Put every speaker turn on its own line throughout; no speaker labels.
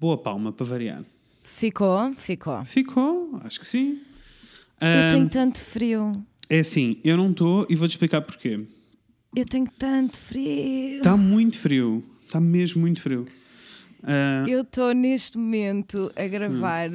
Boa palma para variar.
Ficou, ficou.
Ficou, acho que sim.
Eu
Ahm,
tenho tanto frio.
É assim, eu não estou e vou-te explicar porquê.
Eu tenho tanto frio.
Está muito frio. Está mesmo muito frio. Ah,
Eu estou neste momento
Hum.
a gravar.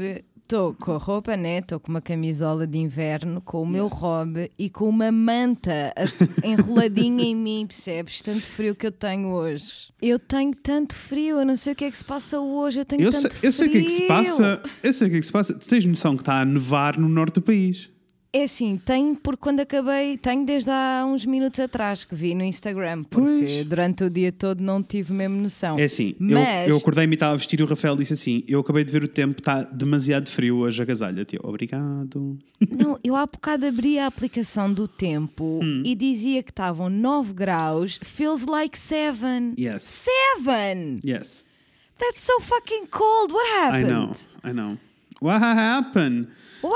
Estou com a roupa, né? Estou com uma camisola de inverno, com o meu robe e com uma manta a- enroladinha em mim, percebes? Tanto frio que eu tenho hoje. Eu tenho tanto frio, eu não sei o que é que se passa hoje, eu tenho
eu, sei,
tanto frio.
eu sei o que é que se passa. Eu sei o que é que se passa. Tu tens noção que está a nevar no norte do país.
É assim, tenho porque quando acabei, tenho desde há uns minutos atrás que vi no Instagram, porque
Pois.
durante o dia todo não tive mesmo noção.
É assim, eu-
Mas-
eu, acordei-me e estava a vestir e o Rafael disse assim: Eu acabei de ver o tempo, está demasiado frio hoje, agasalha-te. Eu, Obrigado.
Não, eu há bocado abri a aplicação do tempo
Hum.
e dizia que estavam 9 graus, feels like 7.
Yes.
7!
Yes.
That's so fucking cold, what
I
happened?
know. I know. What happened?
What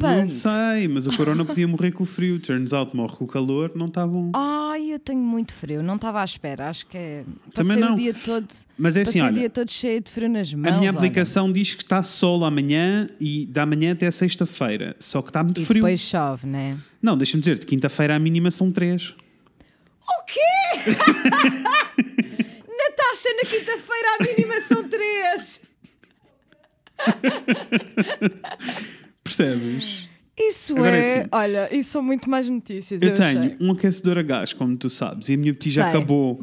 Não
happened?
sei, mas o corona podia morrer com o frio. Turns out morre com o calor, não está bom.
Ai, eu tenho muito frio, não estava à espera, acho que é.
Também
passei
não.
o dia todo,
Mas é assim,
passei o
olha,
dia todo cheio de frio nas mãos.
A minha
olha.
aplicação diz que está sol amanhã e da manhã até sexta-feira. Só que está muito
E
frio.
depois chove, né?
Não, deixa-me dizer, de quinta-feira a mínima são três.
O quê? Natasha, na quinta-feira à mínima são 3.
Percebes?
Isso
Agora
é.
é assim.
Olha, isso são muito mais notícias. Eu,
Eu tenho
achei.
um aquecedor a gás, como tu sabes, e a minha botija
Sei.
acabou.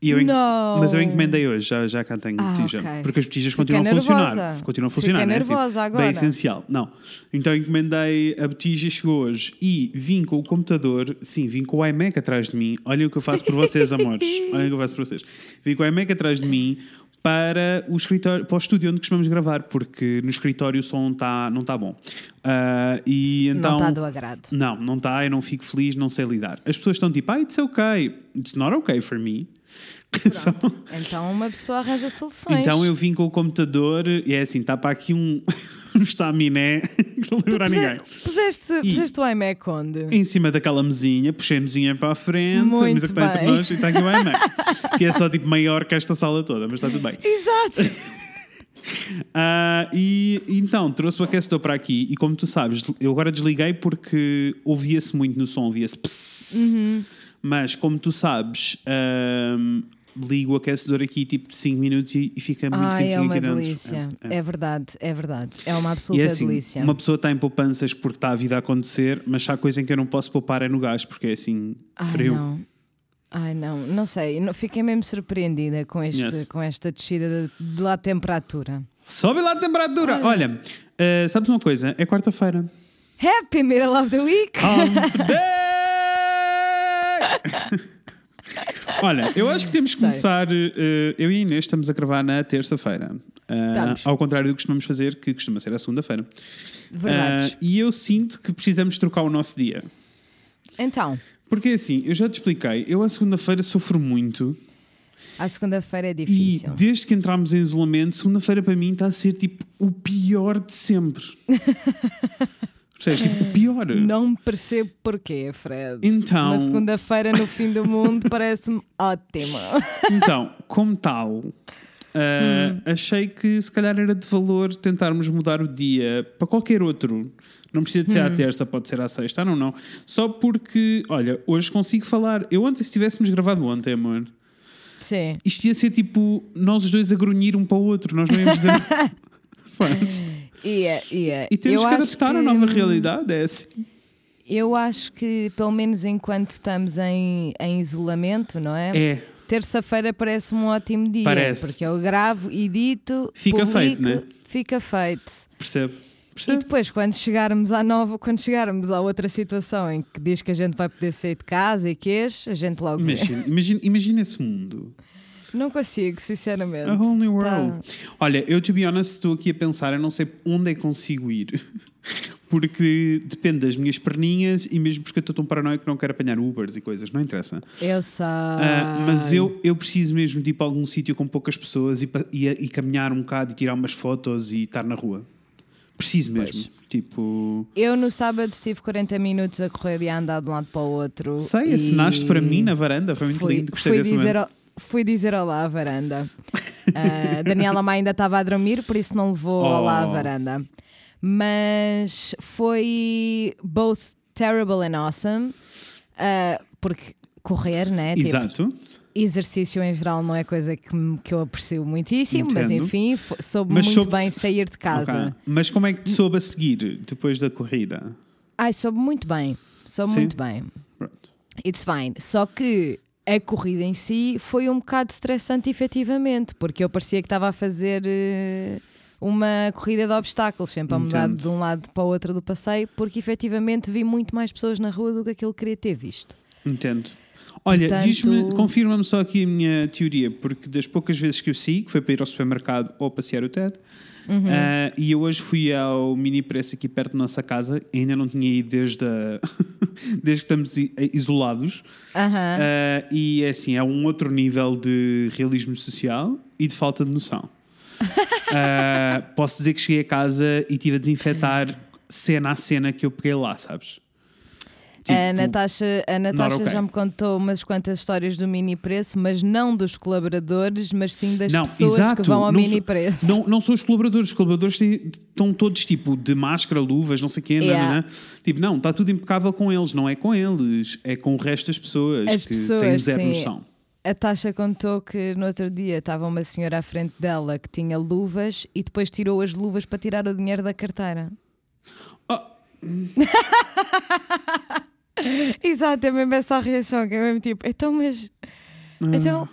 E eu en-
Não.
Mas eu encomendei hoje, já, já cá tenho
Ah,
botija.
ok.
Porque as botijas
Fiquei
continuam a funcionar.
nervosa.
Continuam a funcionar,
Fiquei
né?
nervosa agora.
Bem essencial. Não. Então eu encomendei a botija, chegou hoje e vim com o computador, sim, vim com o iMac atrás de mim. Olhem o que eu faço por vocês, amores. Olhem o que eu faço por vocês. Vim com o iMac atrás de mim. Para o, escritório, para o estúdio onde costumamos gravar, porque no escritório o som tá, não está bom. Ah, e então,
Não está do agrado.
não, não está, eu não fico feliz, não sei lidar. As pessoas estão tipo, ah, it's okay. It's not okay for me. Só-
Então uma pessoa arranja soluções.
então eu vim com o computador e é assim, está para aqui um, um estaminé que não lembra a ninguém.
Puse- Puseste, puseste o iMac onde?
Em cima daquela mesinha, puxei a mesinha para a frente, a
Muito
mesa que está entre
bem.
nós e está aqui o iMac. que é só tipo maior que esta sala toda, mas está tudo bem.
Exato.
Ah, e então trouxe o aquecedor para aqui e como tu sabes, eu agora desliguei porque ouvia-se muito no som, ouvia-se pss.
Uhum.
mas como tu sabes, ahm, ligo o aquecedor aqui tipo 5 minutos e, e fica muito
Ai, é
quentinho
uma
aqui dentro.
delícia.
É, é.
É. verdade, é verdade. É uma
E
absoluta
é assim,
delícia.
uma pessoa está em poupanças porque está a vida a acontecer, mas se há coisa em que eu não posso poupar é no gás, porque é assim,
Ai,
frio.
não. Ai, não, não sei. Não- Fiquei mesmo surpreendida com, este,
Yes.
com esta descida de, de lá de temperatura.
Sobe lá a temperatura! Olha, ah, sabes uma coisa? É quarta-feira.
Happy Middle of the Week!
Hump Day! Olha, eu acho que temos que começar. eh, eu e a Inês estamos a gravar na terça-feira. Ah,
Estamos.
ao contrário do que costumamos fazer, que costuma ser a segunda-feira.
Verdades.
Ah, e eu sinto que precisamos trocar o nosso dia.
Então,
Porque assim, eu já te expliquei, eu à segunda-feira sofro muito
a segunda-feira é
e
difícil.
desde que entramos em isolamento, segunda-feira para mim está a ser tipo o pior de sempre. Percebes? Tipo, o pior.
Não percebo porquê, Fred.
Então-
Uma segunda-feira no fim do mundo parece-me ótimo.
Então, como tal, uh,
Hum.
achei que se calhar era de valor tentarmos mudar o dia para qualquer outro. Não precisa de ser
Hum.
à terça, pode ser à sexta, não, não. Só porque, olha, hoje consigo falar. Eu ontem, se tivéssemos gravado ontem, amor,
Sim.
isto ia ser tipo nós os dois a grunhir um para o outro. Nós não íamos dizer. Sabes?
Ia, ia.
E temos
é, Eu
que
acho
adaptar à
que- hum.
nova realidade, é assim.
Eu acho que, pelo menos enquanto estamos em, em isolamento, não é?
É.
Terça-feira parece um ótimo dia.
Parece.
Porque eu gravo, edito,
Fica
publico,
feito, né?
Fica feito.
Percebe?
E
Percebe?
depois, quando chegarmos à nova, quando chegarmos à outra situação em que diz que a gente vai poder sair de casa e queijo, a gente logo vê.
Imagina, imagina, imagina esse mundo.
Não consigo, sinceramente.
A whole new
Tá.
world. Olha, eu, to be honest, estou aqui a pensar, eu não sei onde é que consigo ir. Porque depende das minhas perninhas e mesmo porque eu estou tão paranoico que não quero apanhar Ubers e coisas, não interessa.
Eu sei.
Ah, mas eu, eu preciso mesmo de ir para algum sítio com poucas pessoas e, pa- e, e caminhar um bocado e tirar umas fotos e estar na rua. Preciso mesmo. Tipo,
Eu no sábado estive 40 minutos a correr e a andar de um lado para o outro.
sei,
e
acenaste para mim na varanda, foi muito
fui,
lindo, gostei
fui
desse
assim, dizer
momento.
ao- Fui dizer olá à varanda. Ah, Daniela Mãe ainda estava a dormir, por isso não levou
Oh.
lá à varanda. Mas foi both terrible and awesome, ah, porque correr, né? Tipo,
Exato.
exercício em geral não é coisa que, me- que eu aprecio muitíssimo, mas
Entendo.
enfim, fo- soube
Mas
muito
soube-
bem sair de casa.
Ok. Mas como é que te soube a seguir depois da corrida?
Ai, soube muito bem, soube
Sim.
muito bem.
Pronto.
It's fine. Só que a corrida em si foi um bocado estressante, efetivamente, porque eu parecia que estava a fazer eh, uma corrida de obstáculos, sempre a mudar
Entendo.
de um lado para o outro do passeio, porque efetivamente vi muito mais pessoas na rua do que aquilo que queria ter visto.
Entendo. Olha,
Portanto-
diz-me, confirma-me só aqui a minha teoria, porque das poucas vezes que eu saí, que foi para ir ao supermercado ou passear o Ted, ah, e eu hoje fui ao mini preço aqui perto da nossa casa, ainda não tinha ido desde, a- desde que estamos i- eh, isolados,
Aham.
ah, e é assim, é um outro nível de realismo social e de falta de noção. Ah, posso dizer que cheguei a casa e tive a desinfetar cena a cena que eu peguei lá, sabes?
a
Tipo,
Natasha, a Natasha
okay.
já me contou umas quantas histórias do mini preço, mas não dos colaboradores, mas sim das
Não,
pessoas
exato.
que vão ao
não
mini
sou-
preço.
Não, não são os colaboradores. Os colaboradores têm- estão todos tipo de máscara, luvas, não sei o quê.
Yeah.
nananã. Tipo, não, está tudo impecável com eles. Não é com eles, é com o resto das pessoas
As
que
pessoas,
têm zero
sim.
noção.
A Tasha contou que no outro dia estava uma senhora à frente dela que tinha luvas e depois tirou as luvas para tirar o dinheiro da carteira.
Oh.
Exato, é mesmo essa a reação, que é mesmo tipo, então, mas. Então.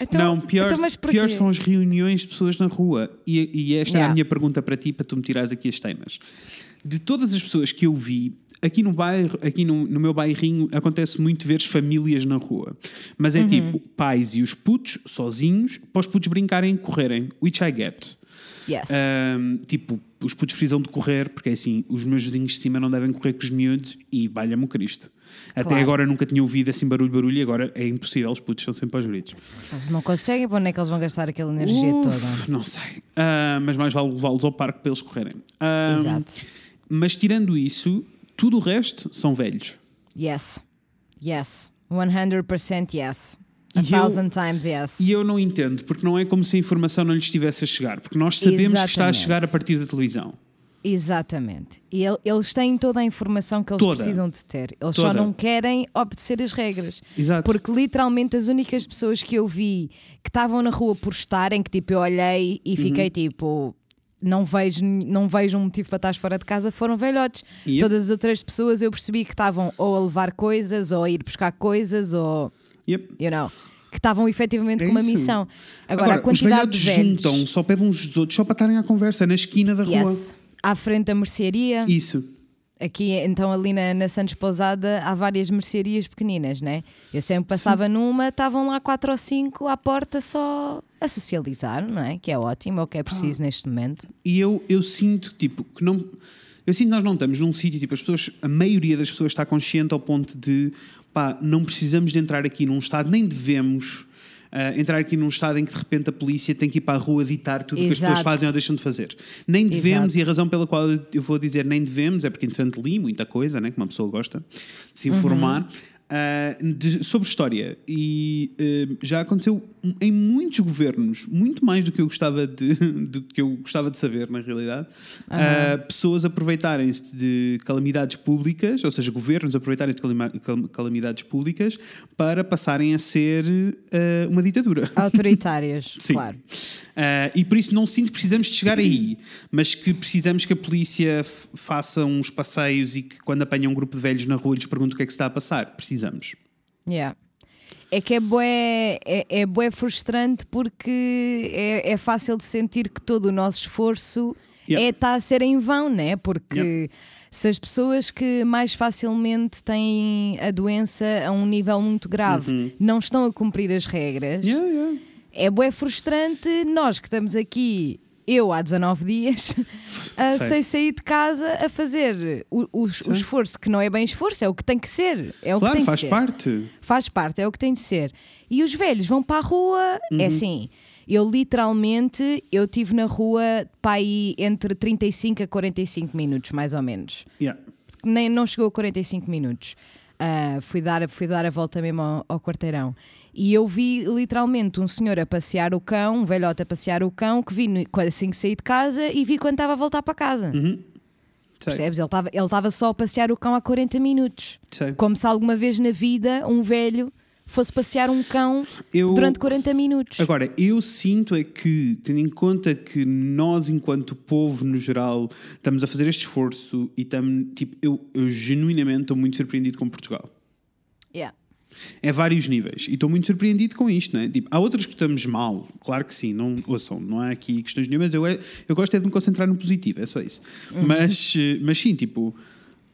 então
Ah. não, pior,
então, mas porquê?
pior são as reuniões de pessoas na rua. E, e esta era
Yeah.
a minha pergunta para ti, para tu me tirares aqui as temas. De todas as pessoas que eu vi, aqui no bairro, aqui no, no meu bairrinho, acontece muito ver famílias na rua. Mas
Uhum.
é tipo pais e os putos sozinhos, para os putos brincarem e correrem, which I get.
Yes.
Ahm, tipo, os putos precisam de correr, porque é assim, os meus vizinhos de cima não devem correr com os miúdos e valha-me o Cristo. Até
Claro.
agora nunca tinha ouvido assim barulho, barulho, e agora é impossível, os putos estão sempre aos gritos.
Eles não conseguem, para onde é que eles vão gastar aquela energia
Uf,
toda?
Não sei. Ah, mas mais vale levá-los ao parque para eles correrem. Ah,
Exato.
Mas tirando isso, tudo o resto são velhos.
Yes. Yes. 100% yes. A
E eu-
thousand times yes.
E eu não entendo, porque não é como se a informação não lhes estivesse a chegar, porque nós sabemos que está a
Exatamente.
chegar a partir da televisão.
Exatamente. E el- eles têm toda a informação que eles
Toda.
precisam de ter. Eles só
Toda.
não querem obedecer as regras.
Exato.
Porque literalmente as únicas pessoas que eu vi que estavam na rua por estarem, que tipo eu olhei
Uhum.
e fiquei tipo. Não vejo, não vejo um motivo para estar fora de casa, foram velhotes.
Yep.
Todas as outras pessoas eu percebi que estavam ou a levar coisas, ou a ir buscar coisas, ou.
Yep.
You know, que estavam efetivamente
É
com uma
isso.
missão. Agora, a
os
quantidade
velhotes
de velhos.
juntam, só pedem uns dos outros, só para estarem à conversa, na esquina da rua.
yes, à frente da mercearia.
Isso.
Aqui, então, ali na, na Santos Pousada, há várias mercearias pequeninas, né? Eu sempre passava numa, estavam lá quatro ou cinco à porta só a socializar, não é? Que é ótimo, é o que é preciso neste momento.
E eu, eu sinto, tipo, que não. Eu sinto que nós não estamos num sítio, tipo, as pessoas, a maioria das pessoas está consciente ao ponto de, pá, não precisamos de entrar aqui num estado, nem devemos ah, entrar aqui num estado em que de repente a polícia tem que ir para a rua ditar tudo o que as
Exato.
pessoas fazem ou deixam de fazer. Nem devemos,
Exato.
e a razão pela qual eu vou dizer nem devemos é porque, entretanto, li muita coisa, né, que uma pessoa gosta de se informar. ah, de- sobre história e ah, já aconteceu em muitos governos muito mais do que eu gostava de do que eu gostava de saber na realidade ah, pessoas aproveitarem-se de calamidades públicas ou seja governos aproveitarem-se de calima- cal- calamidades públicas para passarem a ser ah, uma ditadura
Autoritários,
Sim.
claro.
Ah, e por isso não sinto que precisamos de chegar aí, mas que precisamos que a polícia f- faça uns passeios e que quando apanha um grupo de velhos na rua lhes pergunte o que é que se está a passar. Precisamos.
Yeah. É que é bué, é, é bué frustrante porque é, é fácil de sentir que todo o nosso esforço
Yeah.
é, está a ser em vão, né? Porque
Yeah.
se as pessoas que mais facilmente têm a doença a um nível muito grave
Uhum.
não estão a cumprir as regras, é bué frustrante nós que estamos aqui, eu há 19 dias, a-
Sei.
sem sair de casa a fazer o, o- o esforço que não é bem esforço, é o que tem que ser. É o que
Claro,
tem
faz
que ser
parte.
faz parte, é o que tem de ser. E os velhos vão para a rua, é assim. Eu literalmente, eu tive na rua para aí entre 35 a 45 minutos, mais ou menos.
Yeah.
Nem, não chegou a 45 minutos. Ah, fui, dar, fui dar a volta mesmo ao, ao quarteirão. E eu vi literalmente um senhor a passear o cão, um velhote a passear o cão, que vi no- assim que saí de casa e vi quando estava a voltar para casa.
Sei,
Percebes? Ele estava ele estava só a passear o cão há 40 minutos.
sei.
Como se alguma vez na vida um velho fosse passear um cão
Eu-
durante 40 minutos.
Agora, eu sinto é que, tendo em conta que nós, enquanto povo no geral, estamos a fazer este esforço e estamos, tipo, eu, eu genuinamente estou muito surpreendido com Portugal.
Yeah.
É vários níveis. E estou muito surpreendido com isto, não é? Tipo, há outras que estamos mal, claro que sim, não, ouçam, não há aqui questões nenhumas. Eu, eu gosto é de me concentrar no positivo, é só isso.
Uhum.
Mas, eh, mas sim, tipo,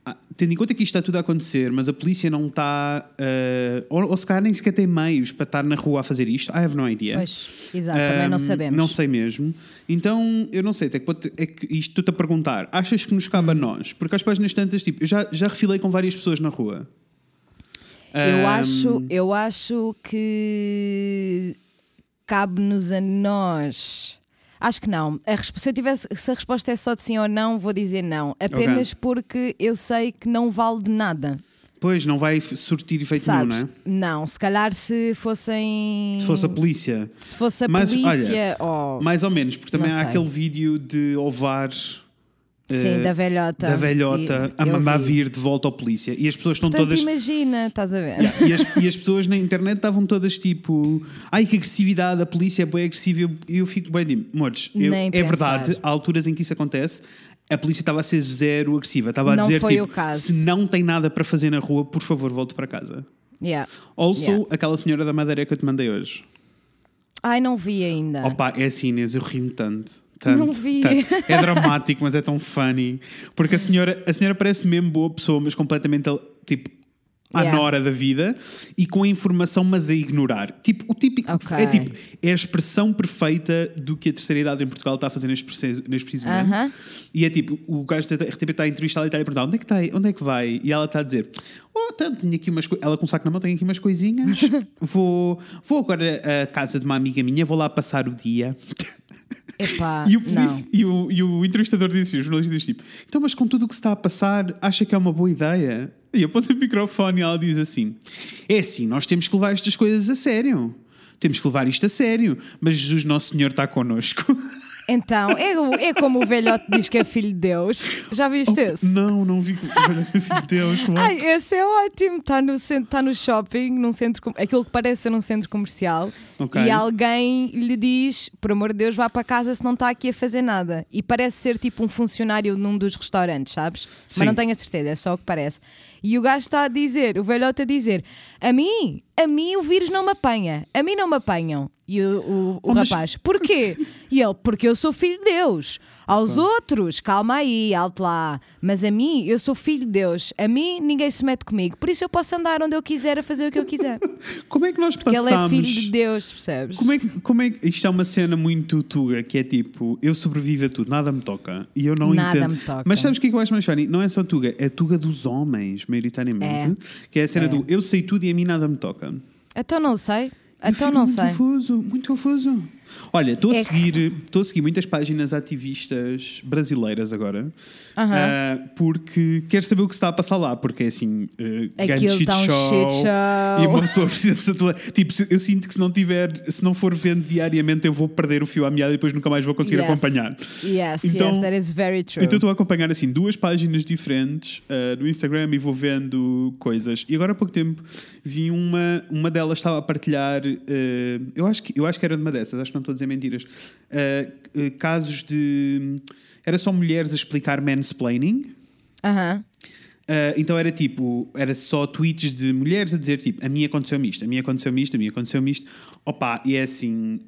ah, tendo em conta que isto está tudo a acontecer, mas a polícia não está. ah, ou, ou se calhar nem sequer tem meios para estar na rua a fazer isto, I have no idea.
Pois, exato, também não
Ahm,
sabemos.
Não sei mesmo. Então, eu não sei, até que ponto é que isto estou-te a perguntar. Achas que nos cabe
Hum.
a nós? Porque às páginas tantas, tipo, eu já, já refilei com várias pessoas na rua. Ahm,
Eu acho, eu acho que cabe-nos a nós. Acho que não. A, resp- se, eu tivesse, se a resposta é só de sim ou não, vou dizer não. Apenas porque eu sei que não vale de nada.
Pois, não vai f- surtir efeito nenhum, não
Sabes? Hum.
é?
Não, se calhar se fossem.
Se fosse a polícia.
se fosse a
Mas,
polícia. oh, ou
Mais ou menos, porque também
Não
há
sei.
aquele vídeo de ovar
sim,
eh,
da velhota.
da velhota
Tá. E-
a
eu
mandar
vi.
vir de volta ao polícia. E as pessoas estão
Portanto,
todas.
imagina, estás a ver?
Yeah, e, as, e as pessoas na internet estavam todas tipo, ai que agressividade, a polícia é bem agressiva. Eu, eu fico bem de amores, eu-
Nem
é
pensar.
verdade, há alturas em que isso acontece. A polícia estava a ser zero agressiva, estava a
Não
dizer
foi o
tipo,
caso.
se não tem nada para fazer na rua, por favor, volte para casa.
Yeah.
Also,
Yeah.
aquela senhora da Madeira que eu te mandei hoje.
Ai, não vi ainda.
Opa, é assim, Inês, eu ri-me tanto. tanto,
Não vi.
tanto. É dramático, mas é tão funny. Porque a senhora, a senhora parece mesmo boa pessoa, mas completamente tipo. À
Yeah.
nora da vida e com a informação, mas a ignorar. Tipo, o típico,
Ok.
é, tipo, é a expressão perfeita do que a terceira idade em Portugal está a fazer neste preciso, neste preciso momento.
Aham.
E é tipo, o gajo da RTP está a entrevistá-la e está a perguntar onde é, que está, onde é que vai? E ela está a dizer: Oh, então, tenho aqui umas coi-" Ela com um saco na mão, tenho aqui umas coisinhas. vou, vou agora à casa de uma amiga minha, vou lá passar o dia.
Epá,
E o,
Ah, não.
polícia- e o- e o entrevistador disse, o jornalista diz tipo, então mas com tudo o que se está a passar, acha que é uma boa ideia? E aponta o microfone e ela diz assim, é assim, nós temos que levar estas coisas a sério. Temos que levar isto a sério, mas Jesus Nosso Senhor está connosco.
Então, é, o- é como o velhote diz que é filho de Deus. Já viste esse?
não, não vi. que- Deus, what?
Ai, esse é ótimo. Está no, cen- tá no shopping, num centro, com- aquilo que parece ser um centro comercial.
Ok.
E alguém lhe diz: por amor de Deus, vá para casa se não está aqui a fazer nada. E parece ser tipo um funcionário num dos restaurantes, sabes?
Sim.
Mas não tenho a certeza, é só o que parece. E o gajo está a dizer: o velhote a dizer: a mim, a mim o vírus não me apanha, a mim não me apanham. E o, o- o
Oh, mas-
rapaz: porquê? E ele: porque eu sou filho de Deus. Aos outros, calma aí, alto lá. Mas a mim, eu sou filho de Deus. A mim, ninguém se mete comigo. Por isso eu posso andar onde eu quiser a fazer o que eu quiser.
Como é que nós
Porque ele é
passamos...
filho de Deus, percebes?
Como é, que, como é que isto é uma cena muito tuga que é tipo eu sobrevivo a tudo, nada me toca e eu não
Nada
entendo.
me toca.
Mas sabes o que é que eu acho mais funny? Não é só tuga, é tuga dos homens, maioritariamente,
É.
que é a cena
É.
do eu sei tudo e a mim nada me toca.
Então não sei.
Eu
Então
fico
não
muito
sei.
confuso, muito confuso. Olha, estou a
É que-
seguir, estou a seguir muitas páginas ativistas brasileiras agora, ah, porque quero saber o que se está a passar lá, porque é assim, uh, grande
Aquilo
shit
está um
show,
shit show.
e uma pessoa precisa se atuar. Tipo, se- eu sinto que se não tiver, se não for vendo diariamente, eu vou perder o fio à meada e depois nunca mais vou conseguir
Yes.
acompanhar.
Yes,
Então-
yes, that is very true.
Então estou a acompanhar assim duas páginas diferentes ah, no Instagram e vou vendo coisas. E agora há pouco tempo vi uma, uma delas estava a partilhar, eh, eu, acho que, eu acho que era de uma dessas, acho que não estou a dizer mentiras, ah, eh, casos de. Era só mulheres a explicar mansplaining.
Aham.
Ah, então era tipo, era só tweets de mulheres a dizer tipo, a minha aconteceu-me isto, a minha aconteceu-me isto, a minha aconteceu-me isto. Opa, e é assim.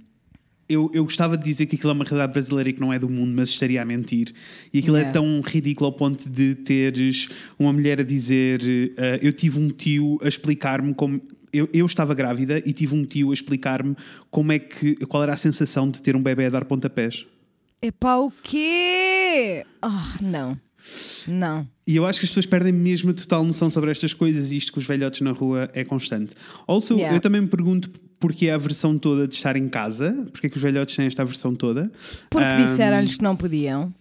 Eu, eu gostava de dizer que aquilo é uma realidade brasileira e que não é do mundo, mas estaria a mentir. E aquilo é
Yeah.
tão ridículo ao ponto de teres uma mulher a dizer: ah, Eu tive um tio a explicar-me como. Eu, eu estava grávida e tive um tio a explicar-me como é que. qual era a sensação de ter um bebê a dar pontapés.
Epá, o quê? Oh, não. Não.
E eu acho que as pessoas perdem mesmo a total noção sobre estas coisas e isto com os velhotes na rua é constante. Also,
Yeah.
eu também me pergunto porque é a versão toda de estar em casa, porque é que os velhotes têm esta versão toda.
Porque
Ahm,
disseram-lhes que não podiam.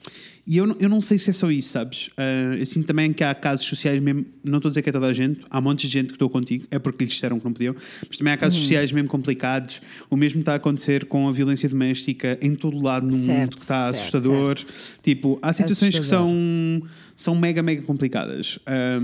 E eu, não- eu não sei se é só isso, sabes? Ah, eu sinto também que há casos sociais mesmo, não estou a dizer que é toda a gente, há um monte de gente que estou contigo, é porque lhes disseram que não podiam, mas também há
Uhum.
casos sociais mesmo complicados. O mesmo está a acontecer com a violência doméstica em todo lado no
Certo,
mundo, que está
certo,
assustador. Tipo, há situações que
Assustador.
são, são mega, mega complicadas. Ah,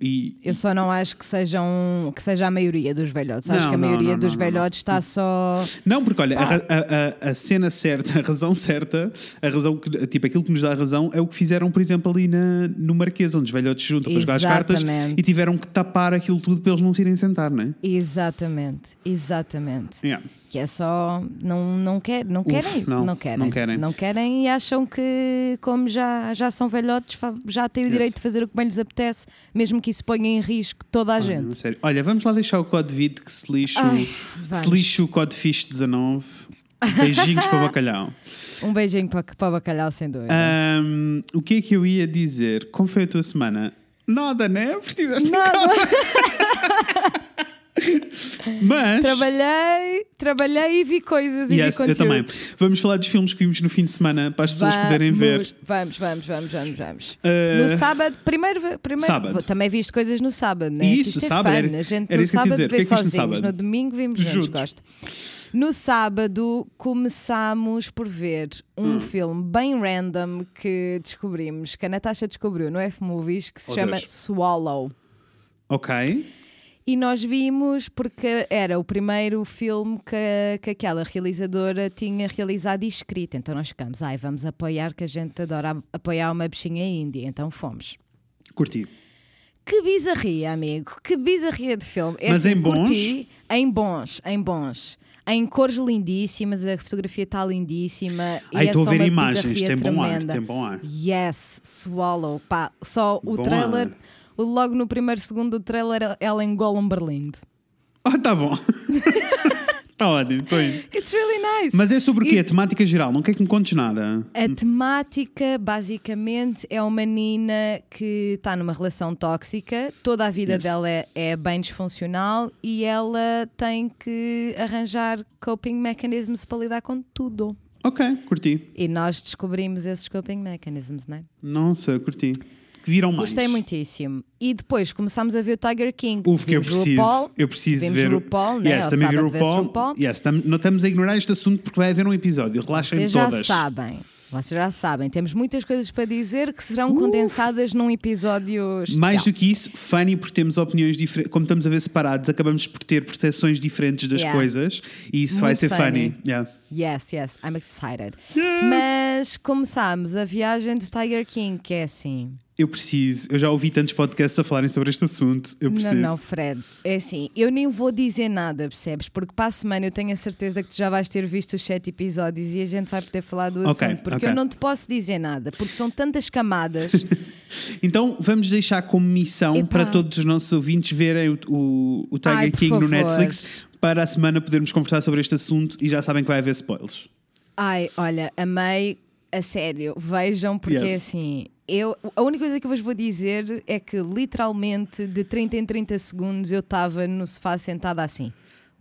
e,
Eu só não acho que, sejam, que seja a maioria dos velhotes. acho
Não,
que a
não,
maioria
não,
dos
não, não,
velhotes está só.
Não, porque olha, a, ra- a- a- a cena certa, a razão certa, a razão que, tipo, aquilo que nos dá a razão é o que fizeram, por exemplo, ali na, no Marquês, onde os velhotes se juntam para jogar as cartas
Exatamente.
e tiveram que tapar aquilo tudo para eles não se irem sentar, não é?
Exatamente, exatamente.
Yeah.
Que é só. Não, não, quer, não, querem,
não,
não, querem.
não querem.
querem e acham que, como já, já são velhotes, fa- já têm o
Yes.
direito de fazer o que bem lhes apetece, mesmo que isso ponha em risco toda a
Não,
gente.
sério. Olha, vamos lá deixar o código vid que se lixe,
Ai,
o, que se
vamos.
lixe o Codfish 19. Beijinhos para o bacalhau.
Um beijinho para, para o bacalhau, sem
Ah,
dúvida.
Ahm, o que é que eu ia dizer? Como foi a tua semana? Nada, né? Porque estiveste em
Nada.
casa. Mas.
Trabalhei, trabalhei e vi coisas e
Yes,
vi
eu
conteúdo.
também. Vamos falar dos filmes que vimos no fim de semana para as pessoas poderem ver.
Vamos, vamos, vamos, vamos, vamos.
Eh,
no sábado, primeiro, primeiro
Sábado.
também viste coisas no sábado, né?
Isso,
Isto é
sábado,
fun.
era-
a gente
era
no
isso que eu te ia
sábado
dizer. O que é
vê
que viste no
sozinhos,
sábado?
no domingo vimos juntos,
Juntos.
gosto. No sábado começámos por ver
Hum.
um filme bem random que descobrimos, que a Natasha descobriu no F-Movies, que se
Oh,
chama
Deus.
Swallow.
Ok.
E nós vimos porque era o primeiro filme que, que aquela realizadora tinha realizado e escrito. Então nós ficamos, ai, vamos apoiar, que a gente adora a- apoiar uma bichinha índia. Então fomos.
Curti.
Que bizarria, amigo. Que bizarria de filme. É
Mas em bons?
curti, em bons, em bons. Em cores lindíssimas, a fotografia está lindíssima. e
Ai,
é
estou a
só
ver
uma
imagens, tem
bizarria
bom ar,
tremenda.
tem bom ar.
Yes, Swallow. Pá, só o
Bom
trailer,
ar.
o- logo no primeiro segundo do trailer, ela engola um berlinde.
Ah, tá bom. Está ótimo, estou indo.
It's really nice.
Mas é sobre o quê?
E-
A temática geral, não quer que me contes nada.
A temática, basicamente, é uma menina que está numa relação tóxica, toda a vida
Yes.
dela é, é bem disfuncional e ela tem que arranjar coping mechanisms para lidar com tudo.
Ok, curti.
E nós descobrimos esses coping mechanisms, não é?
Nossa, curti. Que viram mais.
Gostei muitíssimo. E depois começámos a ver o Tiger King.
Uf, que eu
Vimos
preciso,
RuPaul,
eu preciso de
vimos
ver.
RuPaul, né?
yes,
Ao
também vi
sábado vê-se
RuPaul.
RuPaul.
Yes, tam- não estamos a ignorar este assunto porque vai haver um episódio. Relaxem
Vocês já
todas.
sabem. Vocês já sabem. Temos muitas coisas para dizer que serão condensadas num episódio especial.
Uh! Mais do que isso, funny porque temos opiniões diferentes. Como estamos a ver separados, acabamos por ter percepções diferentes das
Yeah.
coisas e isso vai
Muito
ser funny.
funny.
Yeah.
Yes, yes, I'm excited. Mas começámos a viagem de Tiger King, que é assim.
Eu preciso, eu já ouvi tantos podcasts a falarem sobre este assunto. Eu preciso.
Não, não, Fred. É assim, eu nem vou dizer nada, percebes? Porque para a semana eu tenho a certeza que tu já vais ter visto os sete episódios e a gente vai poder falar do assunto.
Ok,
porque
ok.
eu não te posso dizer nada, porque são tantas camadas.
Então vamos deixar como missão
Epá.
para todos os nossos ouvintes verem o, o- o Tiger
Ai, por
King no
favor.
Netflix para a semana podermos conversar sobre este assunto e já sabem que vai haver spoilers.
Ai, olha, amei, a sério, vejam, porque
Yes.
é assim. Eu, a única coisa que eu vos vou dizer é que literalmente de 30 em 30 segundos eu estava no sofá sentada assim.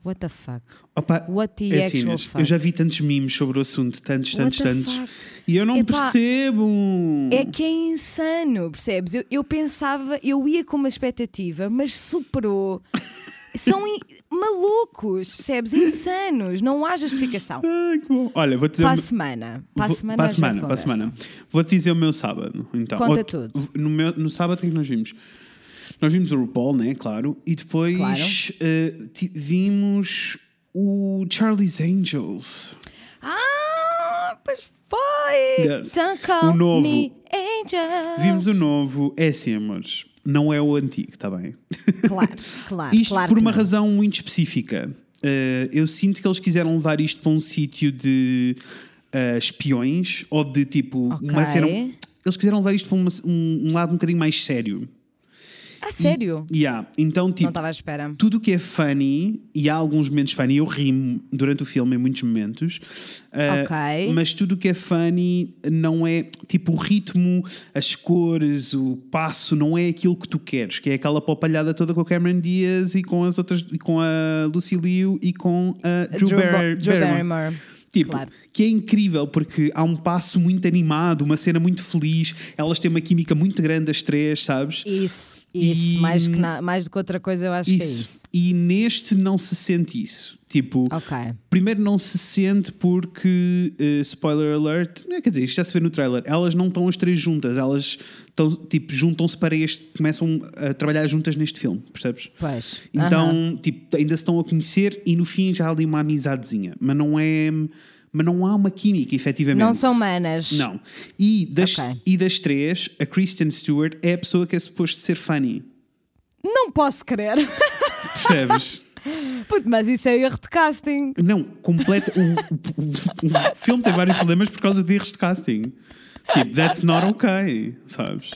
What the fuck?
Opa,
What the
é assim,
actual
Inês,
fuck?
eu já vi tantos mimos sobre o assunto, tantos,
What
tantos,
the
tantos,
fuck?
e eu não
Epá.
percebo.
É que é insano, percebes? Eu, eu pensava, eu ia com uma expectativa, mas superou. São in- malucos, percebes? Insanos, não há justificação.
Ai, que bom. Olha, vou-te dizer.
Para
uma-
a semana. Para a
Vou-
semana.
para
a
a
gente
semana, para a
conversa.
semana. Vou-te dizer o meu sábado. Então.
Conta
Ou-
tudo.
No, meu- no sábado, o que é que nós vimos? Nós vimos o RuPaul, né? Claro. E depois
Claro.
eh, ti- vimos o Charlie's Angels.
Ah, pois foi!
Yes.
Don't call
O novo.
me angel.
Vimos o novo. É assim, amores. Não é o antigo, está bem?
Claro, claro.
Isto
Ah, claro
por
que
uma
não.
razão muito específica. Eh, eu sinto que eles quiseram levar isto para um sítio de eh, espiões ou de tipo. Uma
Ok.
cena, eles quiseram levar isto para uma- um- um lado um bocadinho mais sério.
Ah, sério?
Yeah. Então,
Não
tipo,
estava à espera.
tudo o que é funny, e há alguns momentos funny, eu rimo durante o filme em muitos momentos, ah,
Ok.
mas tudo o que é funny não é tipo o ritmo, as cores, o passo, não é aquilo que tu queres, que é aquela popalhada toda com a Cameron Diaz e com as outras, e com a Lucy Liu e com a Drew,
Drew, Ba-
Barry-
Drew
Barrymore.
Barrymore.
Tipo,
Claro.
que é incrível porque há um passo muito animado, uma cena muito feliz, elas têm uma química muito grande, as três, sabes?
Isso,
E-
isso. Mais, que na- mais do que outra coisa, eu acho que é isso.
E neste não se sente isso. Tipo,
Ok.
primeiro não se sente porque, eh, spoiler alert, não é, quer dizer, isto já se vê no trailer, elas não estão as três juntas, elas estão, tipo, juntam-se para este, começam a trabalhar juntas neste filme, percebes?
Pois.
Então,
Aham.
tipo, ainda se estão a conhecer e no fim já há ali uma amizadezinha, mas não é, mas não há uma química, efetivamente.
Não são manas.
Não. E das,
Ok.
e das três, a Kristen Stewart é a pessoa que é suposto ser funny.
Não posso crer.
Percebes?
Puto, mas isso é erro de casting.
Não, completa. O, o- o- o filme tem vários problemas por causa de erros de casting. Tipo, that's not okay, sabes?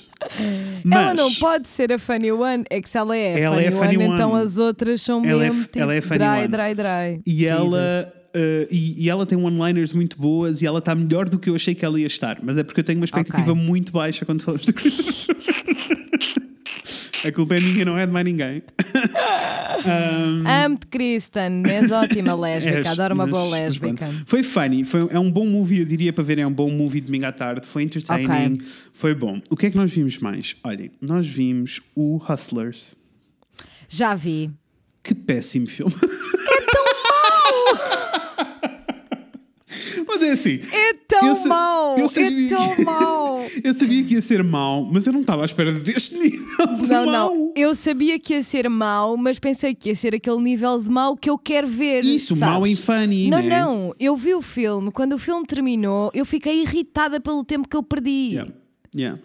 Mas
ela não pode ser a Funny One, é que se ela é a
Ela
funny,
é a funny
one,
one.
então as outras são
Ela é
mesmo
f-
tipo,
ela é a funny
dry,
one.
dry, dry.
E ela, eh, e, e ela tem one-liners muito boas e ela está melhor do que eu achei que ela ia estar. Mas é porque eu tenho uma expectativa
Ok.
muito baixa quando falamos de Kristen Stewart. A culpa é minha, não é de mais ninguém.
Jesus. Amo-te, Kristen. És ótima
Hum. És,
lésbica. Adoro uma
mas-
boa
mas pronto.
lésbica.
Foi funny, foi, é um bom movie, eu diria para ver, é um bom movie domingo à tarde, foi entertaining,
Ok.
foi bom. O que é que nós vimos mais? Olhem, nós vimos o Hustlers.
Já vi.
Que péssimo filme. É tão mau! Mas é assim.
É tão
eu sa-
mau.
eu sabia
É tão
que-
mau.
Eu sabia que ia ser mau, mas eu não estava à espera deste nível de
Não,
é mau.
não. Eu sabia que ia ser mau, mas pensei que ia ser aquele nível de mau que eu quero ver.
Isso,
sabes?
mau em funny,
Não,
né?
não. Eu vi o filme. Quando o filme terminou, eu fiquei irritada pelo tempo que eu perdi.
Yeah, yeah.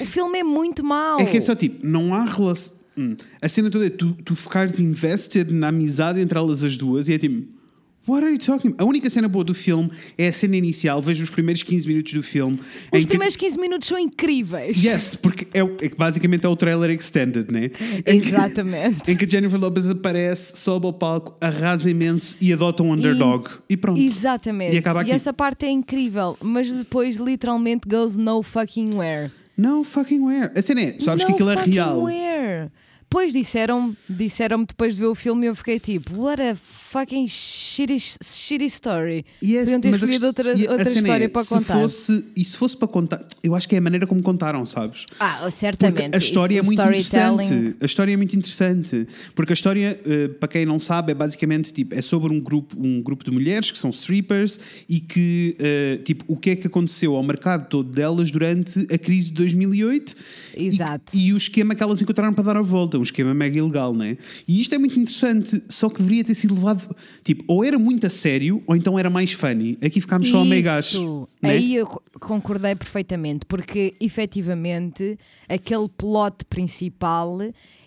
O filme é muito mau.
É que é só tipo, não há relação. Hum. A cena toda é tu, tu ficares invested na amizade entre elas as duas e é tipo. What are you talking about? A única cena boa do filme é a cena inicial. Vejo os primeiros 15 minutos do filme. em é
Os
que-
primeiros 15 minutos são incríveis.
Yes, porque é, o- é que basicamente é o trailer extended, né? Em que-
Exatamente.
Em que a Jennifer Lopez aparece, sobe ao palco, arrasa imenso e adota um underdog. E, pronto.
Exatamente.
E acaba aqui.
essa parte é incrível, mas depois literalmente goes no fucking where.
Não fucking where. A cena é, sabes que
No
aquilo é
fucking
real.
Where. Pois disseram disseram depois de ver o filme e eu fiquei tipo, what a fucking shitty, shitty story.
Yes,
Podiam ter
é mas a
escolhido
quest-
outra,
e a
outra
cena
história
é,
para
se
contar.
Fosse, e se fosse para contar, eu acho que é a maneira como contaram, sabes?
ah,
Porque
certamente.
a história é
Isso, o
muito
storytelling.
interessante. A história é muito interessante. Porque a história, eh, para quem não sabe, é basicamente tipo, é sobre um grupo, um grupo de mulheres que são strippers e que, eh, tipo, o que é que aconteceu ao mercado todo delas durante a crise de 2008 e-
Exato.
E, o esquema que elas encontraram para dar a volta, um esquema mega ilegal, né? E isto é muito interessante, só que deveria ter sido levado, tipo, ou era muito a sério ou então era mais funny. Aqui ficámos só a meio gajo.
Isso.
né?
Aí eu co- concordei perfeitamente, porque efetivamente aquele plot principal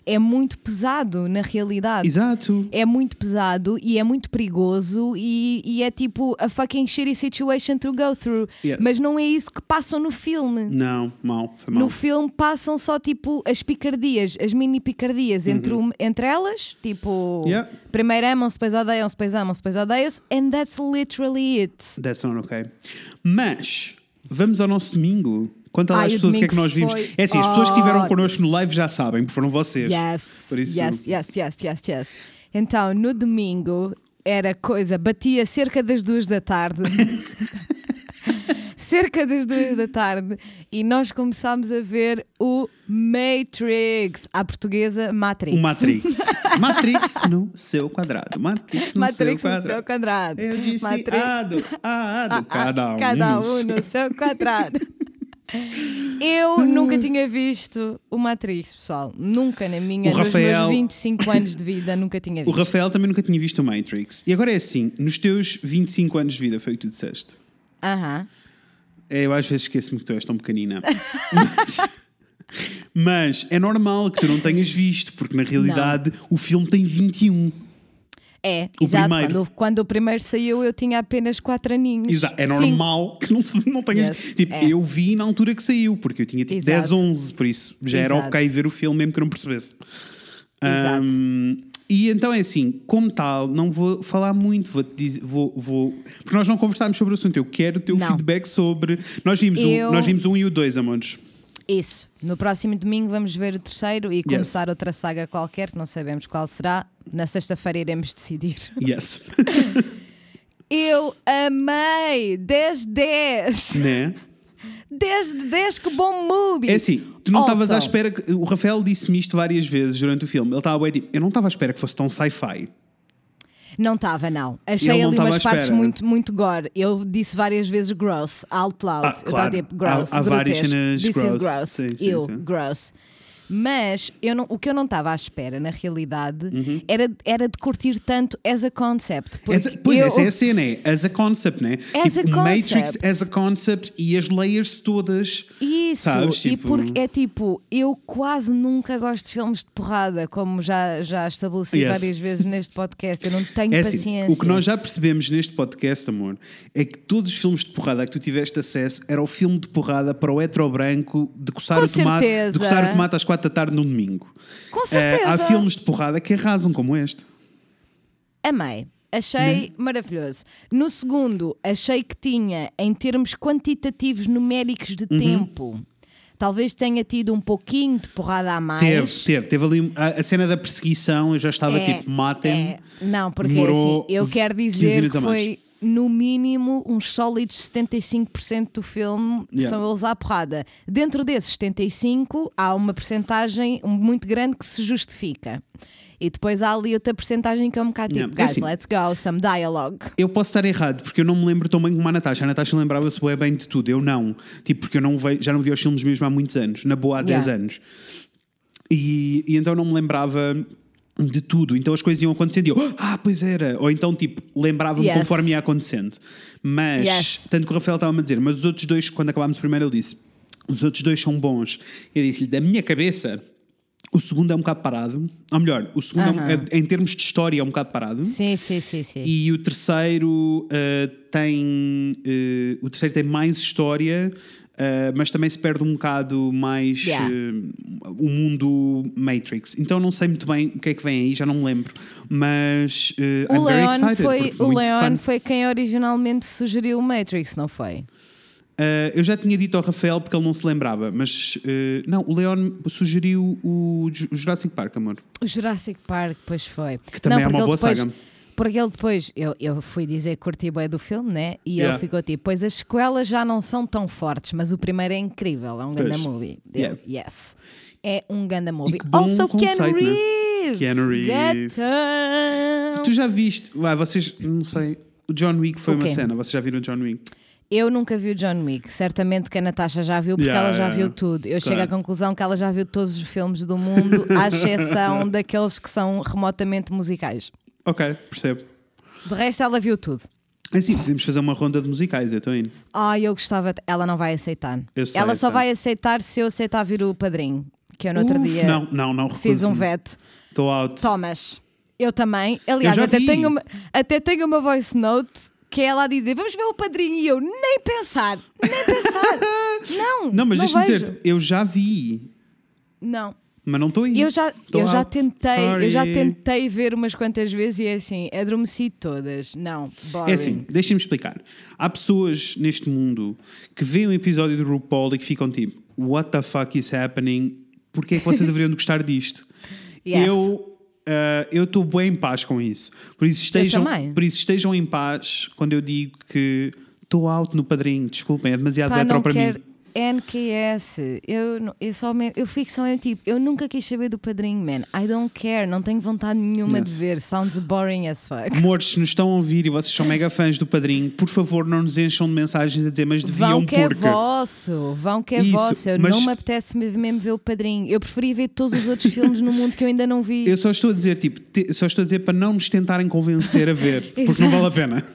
é muito pesado na realidade.
Exato.
É muito pesado e é muito perigoso e, e é tipo a fucking shitty situation to go through.
Yes.
Mas não é isso que passam no filme.
Não, mal, foi mal.
No filme passam só tipo as picardias, as mini picardias entre, um- entre elas, tipo
Uhum. Yeah.
primeiro amam-se, depois odeiam-se, depois amam-se, depois odeiam-se, and that's literally it.
That's not okay. Mas vamos ao nosso domingo. Quanto às
Ai, o
pessoas, o que é que
domingo
nós vimos?
foi
É assim, as pessoas que estiveram
ótimo.
connosco no live já sabem, porque foram vocês.
Yes.
Por isso-
Yes, yes, yes, yes, yes. Então, no domingo era coisa, batia cerca das duas da tarde. cerca das duas da tarde. E nós começámos a ver o Matrix. À portuguesa, Matrix.
O Matrix. Matrix no seu quadrado. Matrix no
Matrix
seu
no seu
quadrado.
quadrado.
Eu disse
Matrix. ah,
A do, A do, cada um.
Cada
no
um
seu-
no seu quadrado. Eu nunca tinha visto o Matrix, pessoal. Nunca na minha,
O
nos
Rafael-
meus 25 anos de vida, nunca tinha
O
visto.
Rafael também nunca tinha visto o Matrix. E agora é assim, nos teus 25 anos de vida, foi o que tu disseste.
Aham.
É, Eu às vezes esqueço-me que tu és tão pequenina. Mas, mas é normal que tu não tenhas visto, porque na realidade o filme tem 21.
É,
O
exato.
primeiro.
Quando, quando o primeiro saiu, eu tinha apenas 4 aninhos.
Exa- É
Cinco.
normal que não, te- não tenhas.
Yes,
Tipo,
é.
eu vi na altura que saiu, porque eu tinha tipo
Exato.
10, 11, por isso já era
Exato.
ok ver o filme mesmo que eu não percebesse.
Exato.
Ahm, e então é assim, como tal, não vou falar muito, vou, dizer, vou, vou- Porque nós não conversámos sobre o assunto, eu quero o teu
Não.
feedback sobre. Nós vimos,
Eu-
um, nós vimos um e o dois, amores.
Isso. No próximo domingo vamos ver o terceiro e começar outra saga qualquer, que não sabemos qual será. Na sexta-feira iremos decidir.
Yes.
Eu amei! 10 10!
Né?
10 de 10, que bom movie!
É assim, tu não estavas à
Awesome.
espera que. O Rafael disse-me isto várias vezes durante o filme. Ele estava bem tipo, eu não estava à espera que fosse tão sci-fi.
Não estava, não.
Ele
Achei
não
ali
tava
umas
à
partes
espera.
muito, muito gore. Eu disse várias vezes gross, out loud.
Ah,
Eu
claro.
estava tipo gross.
Há- há várias
grotesco.
cenas
This
gross.
is gross.
Sim, sim,
eu,
sim.
gross. Mas eu não, o que eu não estava à espera, na realidade, era, era de curtir tanto as a concept. Porque
Uhum. Essa- pois,
eu,
essa é a cena, é as a concept, né?
As
tipo,
a
Matrix
concept.
as a concept e as layers todas.
Isso,
Sabes,
e
tipo-
porque é tipo, eu quase nunca gosto de filmes de porrada, como já, já estabeleci
Yes.
várias vezes neste podcast. Eu não tenho
É assim,
paciência.
o que nós já percebemos neste podcast, amor, é que todos os filmes de porrada que tu tiveste acesso era o filme de porrada para o hetero branco de coçar,
Com
o tomate, de
certeza.
coçar o tomate às quatro da tarde num domingo.
Com
Eh,
certeza.
há filmes de porrada que arrasam, como este.
Amei. Achei maravilhoso. No segundo, achei que tinha, em termos quantitativos numéricos de
Uhum.
tempo, talvez tenha tido um pouquinho de porrada a mais.
Teve, teve, teve ali a, a cena da perseguição, eu já estava
É,
tipo, matem-me.
é. Não, porque assim,
Demorou
eu quero
15
dizer
minutos
que
a mais.
foi no mínimo uns sólidos 75% do filme
Yeah.
são eles à porrada. Dentro desses 75 há uma percentagem muito grande que se justifica. E depois há ali outra percentagem que é um bocado tipo,
Yeah, é
guys,
assim.
let's go, some dialogue.
Eu posso estar errado, porque eu não me lembro tão bem como a Natasha. A Natasha lembrava-se bué bem de tudo, eu não. Tipo, porque eu não ve- já não vi os filmes mesmo há muitos anos, na boa há 10
Yeah.
anos. E, e então não me lembrava de tudo. Então as coisas iam acontecendo e eu, ah, pois era. Ou então, tipo, lembrava-me
Yes.
conforme ia acontecendo. Mas,
Yes.
tanto que o Rafael estava-me a dizer, mas os outros dois, quando acabámos o primeiro, ele disse, os outros dois são bons. Eu disse-lhe, da minha cabeça. O segundo é um bocado parado, ou melhor, o segundo é um-
Aham.
é- em termos de história é um bocado parado.
Sim, sim, sim, sim.
E o terceiro eh, tem. eh, o terceiro tem mais história, eh, mas também se perde um bocado mais
Yeah.
eh, o mundo Matrix. Então não sei muito bem o que é que vem aí, já não me lembro. Mas eh,
O
I'm very
Leon,
excited.
foi,
porque
o
muito
Leon
fun.
foi quem originalmente sugeriu o Matrix, não foi?
Eh, eu já tinha dito ao Rafael porque ele não se lembrava, mas eh, não, o Leon sugeriu o Ju- o Jurassic Park, amor.
O Jurassic Park, pois foi. Que
também é uma boa
depois,
saga.
Porque ele depois, eu, eu fui dizer que curti bem do filme, né? E
Yeah.
ele ficou tipo, pois as sequelas já não são tão fortes, mas o primeiro é incrível, é um
Pois.
ganda movie. Eu, Yes. É um ganda movie.
que bom
also
conceito,
Keanu
né?
Reeves.
Keanu Reeves.
Gatão.
Tu já viste? Ah, vocês, não sei. O John Wick foi
O
uma
quê?
cena, vocês já viram o John Wick?
Eu nunca vi o John Wick. Certamente que a Natasha já viu, porque
Yeah,
ela já
yeah,
viu
yeah.
tudo. Eu
Claro.
chego à conclusão que ela já viu todos os filmes do mundo, à exceção daqueles que são remotamente musicais.
Ok, percebo.
De resto, ela viu tudo.
Assim, podemos fazer uma ronda de musicais, eu estou indo.
Ai, eu gostava. de- Ela não vai aceitar.
Eu sei,
ela só
sei.
vai aceitar se eu aceitar vir o padrinho. Que eu no outro
Uf,
dia
Não, não, não
fiz um
recuso.
veto.
Estou out.
Thomas, eu também. Aliás,
Eu já
até
vi.
tenho, uma, até tenho uma voice note que é ela a dizer: Vamos ver o padrinho. E eu nem pensar, nem pensar. não,
Não, mas deixa-me
vejo.
dizer-te, eu já vi,
Não.
mas não estou aí.
Eu já,
Tô
eu já
out.
tentei, eu já
Sorry.
tentei ver umas quantas vezes e é assim, adormeci todas. Não, boring.
É assim, deixem-me explicar. Há pessoas neste mundo que veem um episódio do RuPaul e que ficam tipo: What the fuck is happening? Porquê é que vocês deveriam de gostar disto?
Yes.
Eu. ah, eu estou bem em paz com isso. Por isso, estejam,
também.
por isso estejam em paz quando eu digo que estou alto no padrinho. Desculpem, é demasiado
Pá,
retro
não
para
quero
mim.
NKS. Eu, não- eu, só me- eu fico só mesmo tipo, eu nunca quis saber do padrinho, man. I don't care, não tenho vontade nenhuma de
Yes.
ver. Sounds boring as fuck.
Amores, se nos estão a ouvir e vocês são mega fãs do Padrinho, por favor, não nos encham de mensagens a dizer, mas deviam
Vão que é
porque.
vosso, vão que é
um Isso,
vosso. Eu
mas-
não me apetece me- mesmo ver o padrinho. Eu preferia ver todos os outros filmes no mundo que eu ainda não vi.
Eu só estou a dizer, tipo, te- só estou a dizer para não nos tentarem convencer a ver, porque não vale a pena.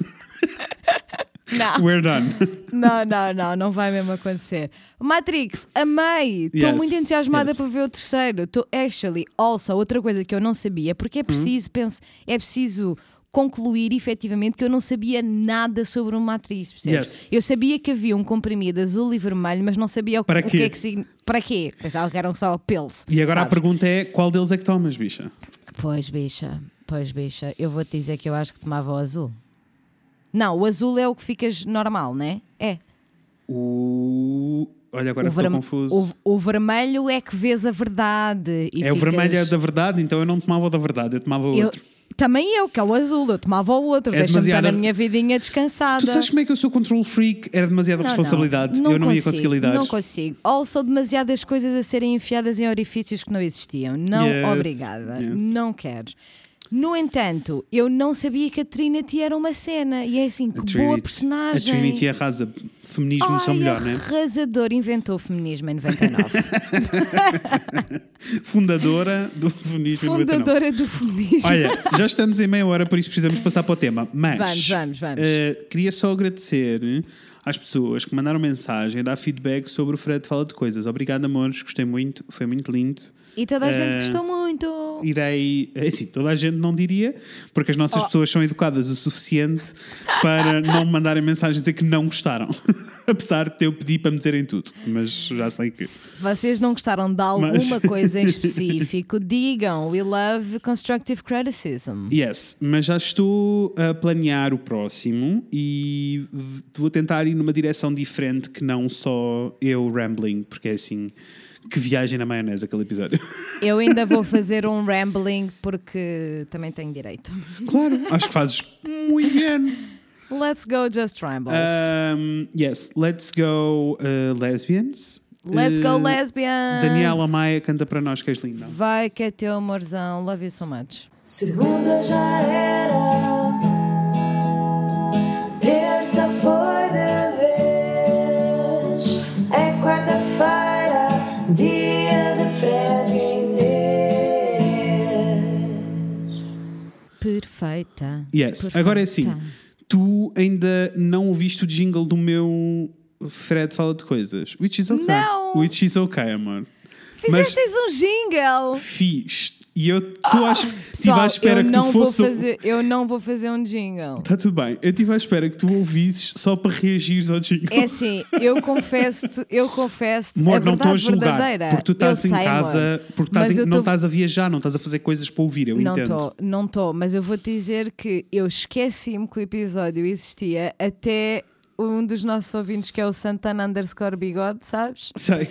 Não.
We're done.
Não, não, não, não vai mesmo acontecer. Matrix, amei! Estou
Yes,
muito entusiasmada
yes.
para ver o terceiro. Estou actually, also, outra coisa que eu não sabia, porque
Hum?
é preciso, penso, é preciso concluir efetivamente que eu não sabia nada sobre o Matrix, percebes?
Yes.
Eu sabia que havia um comprimido azul e vermelho, mas não sabia o,
Para
o que
quê?
é que significa. Para quê? Pensava que eram só pills.
E agora a
sabes?
pergunta é: qual deles é que tomas, bicha?
Pois, bicha, pois, bicha, eu vou-te dizer que eu acho que tomava o azul. Não, o azul é o que ficas normal, né? É.
O. Olha, agora
O
estou
verme-
confuso.
O, o vermelho é que vês a verdade. E
É o
ficas-
vermelho é da verdade, então eu não tomava o da verdade, eu tomava o
Eu,
outro.
Também eu, que é o azul, eu tomava o outro,
É
deixa-me estar
demasiada-
na minha vidinha descansada.
Tu sabes como é que eu sou control freak? Era demasiada
Não,
responsabilidade. eu não ia conseguir lidar.
Não consigo. Ou são demasiadas coisas a serem enfiadas em orifícios que não existiam. Não,
Yes,
obrigada.
yes.
Não quero. No entanto, eu não sabia que a Trinity era uma cena. E é assim, que boa
a
personagem.
Trinity arrasa. Feminismo só
Ai, é
melhor, né?
arrasador inventou o feminismo em 99.
Fundadora do feminismo em 99.
Fundadora do feminismo.
Olha, já estamos em meia hora, por isso precisamos passar para o tema. Mas
Vamos, vamos, vamos.
eh, queria só agradecer às pessoas que mandaram mensagem, dar feedback sobre o Fred Fala de Coisas. Obrigado, amores, gostei muito, foi muito lindo.
E toda a gente
Eh,
gostou muito.
Irei, eh, assim, toda a gente não diria, porque as nossas
Oh.
pessoas são educadas o suficiente para não me mandarem mensagem dizer que não gostaram. Apesar de eu pedir para me dizerem tudo, mas já sei que.
Se vocês não gostaram de alguma
Mas-
coisa em específico, digam we love constructive criticism.
Yes, mas já estou a planear o próximo e v- vou tentar ir numa direção diferente que não só eu rambling, porque é assim que viagem na maionese aquele episódio.
Eu ainda vou fazer um rambling porque também tenho direito.
claro, acho que fazes muito bem.
Let's go just rambles.
Um, yes, let's go uh, lesbians.
Let's go
Uh,
lesbians.
Daniela Maia canta para nós que és linda.
Vai que é teu amorzão. Love you so much.
Segunda já era, terça foi de vez, é quarta-feira, dia de Fred e Inês.
Perfeita.
Yes,
Perfeita.
agora é assim. Tu ainda não ouviste o jingle do meu Fred fala de coisas. Which is okay.
Não.
Which is okay, amor.
Fizestes um jingle.
Fiz. E eu estou à, es- estive
Ah, Pessoal,
à espera
eu
que
não
tu
vou
fosse.
fazer, eu não vou fazer um jingle.
Está tudo bem. Eu estive à espera que tu ouvisses só para reagires ao jingle.
É assim, eu confesso, eu confesso,
Amor,
é
não estou
verdade
a julgar.
verdadeira.
Porque tu estás
eu
em
sei,
casa,
amor,
porque estás
mas
em-
eu
não
tô-
estás a viajar, não estás a fazer coisas para ouvir, eu
Não
entendo.
estou, não estou, mas eu vou te dizer que eu esqueci-me que o episódio existia até um dos nossos ouvintes, que é o Santana underscore bigode, sabes?
Sei.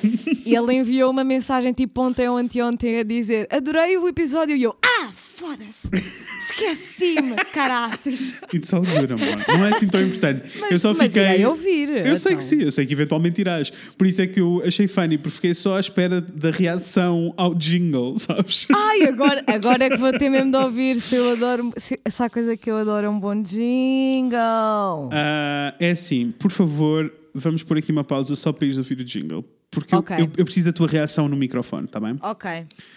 E ele enviou uma mensagem tipo ontem ou anteontem a dizer adorei o episódio e eu, ah, foda-se, esqueci-me, caraças.
E só dura, amor. Não é assim tão importante.
Mas-
eu só
mas
fiquei.
irei ouvir,
Eu sei
então.
que sim, eu sei que eventualmente irás. Por isso é que eu achei funny, porque fiquei só à espera da reação ao jingle, sabes?
Ai, agora, agora é que vou ter mesmo de ouvir se eu adoro, se, se há coisa que eu adoro é um bom jingle.
Ah, é assim, por favor, vamos pôr aqui uma pausa só para ires ouvir o jingle. Porque eu-
Ok.
eu, eu preciso da tua reação no microfone, está bem?
Ok,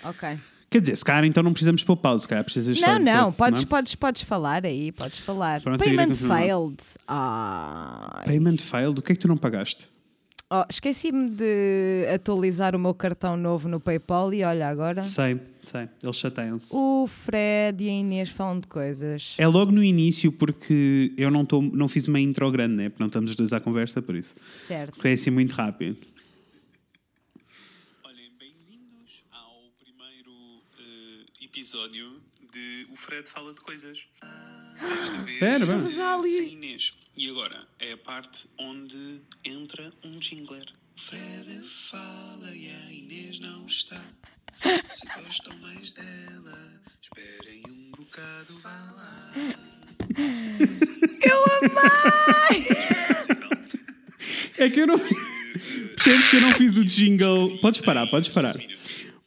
ok.
Quer dizer, se calhar então não precisamos pôr pausa, se calhar precisas só
Não,
de-
não, podes,
é?
Podes, podes falar aí, podes falar.
Pronto, eu irei
Payment
continuar.
failed. Ah,
Payment failed, o que é que tu não pagaste?
oh, esqueci-me de atualizar o meu cartão novo no PayPal e olha agora.
Sei, sei, eles chateiam-se.
O Fred e a Inês falam de coisas.
É logo no início, porque eu não, tô, não fiz uma intro grande, né? Porque não estamos os dois à conversa, por isso.
Certo.
Foi assim muito rápido.
Olhem, bem-vindos ao primeiro eh, episódio de O Fred Fala de Coisas. Desta vez,
Espera, vamos.
Já ali.
sem Inês. E agora é a parte onde entra um jingler. Fred fala e a Inês não está. Se gostam mais dela, esperem um bocado, vá lá.
É que eu não. Percebes que eu não fiz o jingle. Podes parar, podes parar.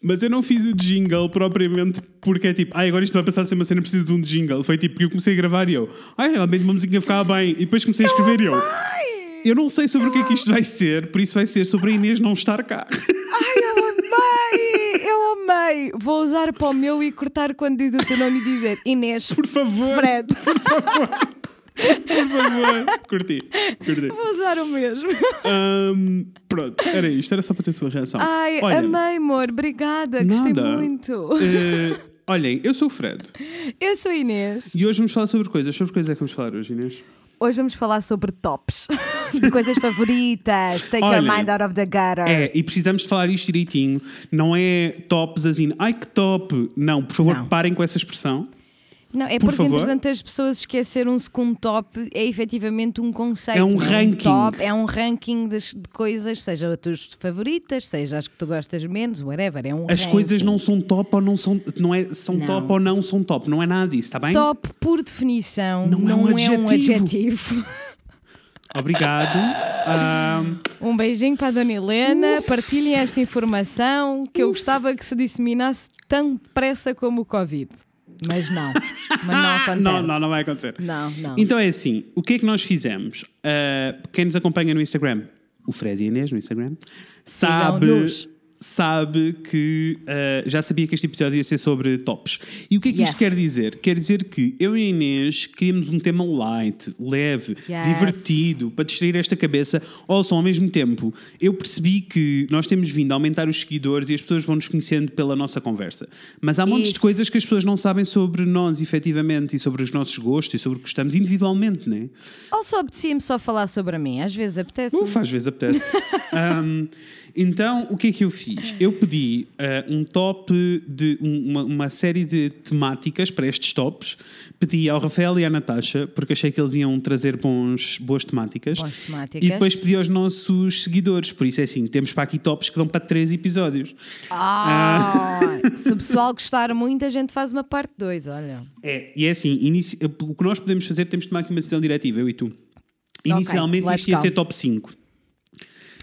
Mas eu não fiz o jingle propriamente porque é tipo, ai, agora isto vai passar a ser uma cena, preciso de um jingle. Foi tipo, porque eu comecei a gravar e eu, ai, realmente uma musiquinha ficava bem. E depois comecei a escrever e eu, eu não sei sobre o que é que isto vai ser, por isso vai ser sobre a Inês não estar cá.
Ai, eu amei! Eu amei! Vou usar para o meu e cortar quando diz o teu nome e dizer Inês
Por favor,
Fred.
por favor. Curti, curti.
Vou usar o mesmo.
Ahm, pronto, era isto, era só para ter a tua reação.
Ai,
Olha,
amei, amor. Obrigada. Gostei
nada.
muito.
eh, olhem, eu sou o Fred
Eu sou a Inês.
e hoje vamos falar sobre coisas. Sobre coisas é que vamos falar hoje, Inês?
Hoje vamos falar sobre tops, de coisas favoritas. Take
Olha,
your mind out of the gutter.
É, e precisamos de falar isto direitinho. Não é tops assim, ai que top. Não, por favor,
Não.
parem com essa expressão.
Não, é
Por
porque,
favor.
entretanto, as pessoas esqueceram-se que um top é efetivamente um conceito.
É um
não
ranking.
top, é um ranking das, de coisas, seja as tuas favoritas, seja as que tu gostas menos, whatever. É um
As
ranking.
coisas não são top ou não são. Não é, são
Não.
top ou não são top. Não é nada disso, está bem?
Top, por definição,
Não
não,
é um
é um
adjetivo.
adjetivo.
Obrigado. Ah,
Um beijinho para a Dona Helena, partilhem esta informação que eu gostava que se disseminasse tão depressa como o Covid. Mas não. Mas não
ah,
acontece.
não, não, não vai acontecer.
Não, não.
Então é assim, o que é que nós fizemos? Ah, quem nos acompanha no Instagram, o Fred e Inês no Instagram, sabe,
Sigam-nos.
sabe que ah, já sabia que este episódio ia ser sobre tops. E o que é que
Yes.
isto quer dizer? Quer dizer que eu e a Inês queríamos um tema light, leve,
Yes.
divertido, para distrair esta cabeça. Ouçam, ao mesmo tempo, eu percebi que nós temos vindo a aumentar os seguidores e as pessoas vão nos conhecendo pela nossa conversa. Mas há montes de
Isso.
coisas coisas que as pessoas não sabem sobre nós, efetivamente, e sobre os nossos gostos e sobre o que estamos individualmente, não é?
Ou só apetecia-me só falar sobre mim. Às vezes apetece.
Ufa, às vezes apetece. Ahm, então, o que é que eu fiz? Eu pedi ah, um top de um- uma, uma série de temáticas para estes tops. Pedi ao Rafael e à Natasha, porque achei que eles iam trazer bons, boas temáticas.
Boas temáticas.
E depois pedi aos nossos seguidores. Por isso é assim: temos para aqui tops que dão para três episódios.
Ah, Se o pessoal gostar muito, a gente faz uma parte 2, olha.
É, e é assim, inici- o que nós podemos fazer, temos de tomar aqui uma decisão diretiva, eu e tu. Inicialmente
let's
isto ia
go.
ser top 5.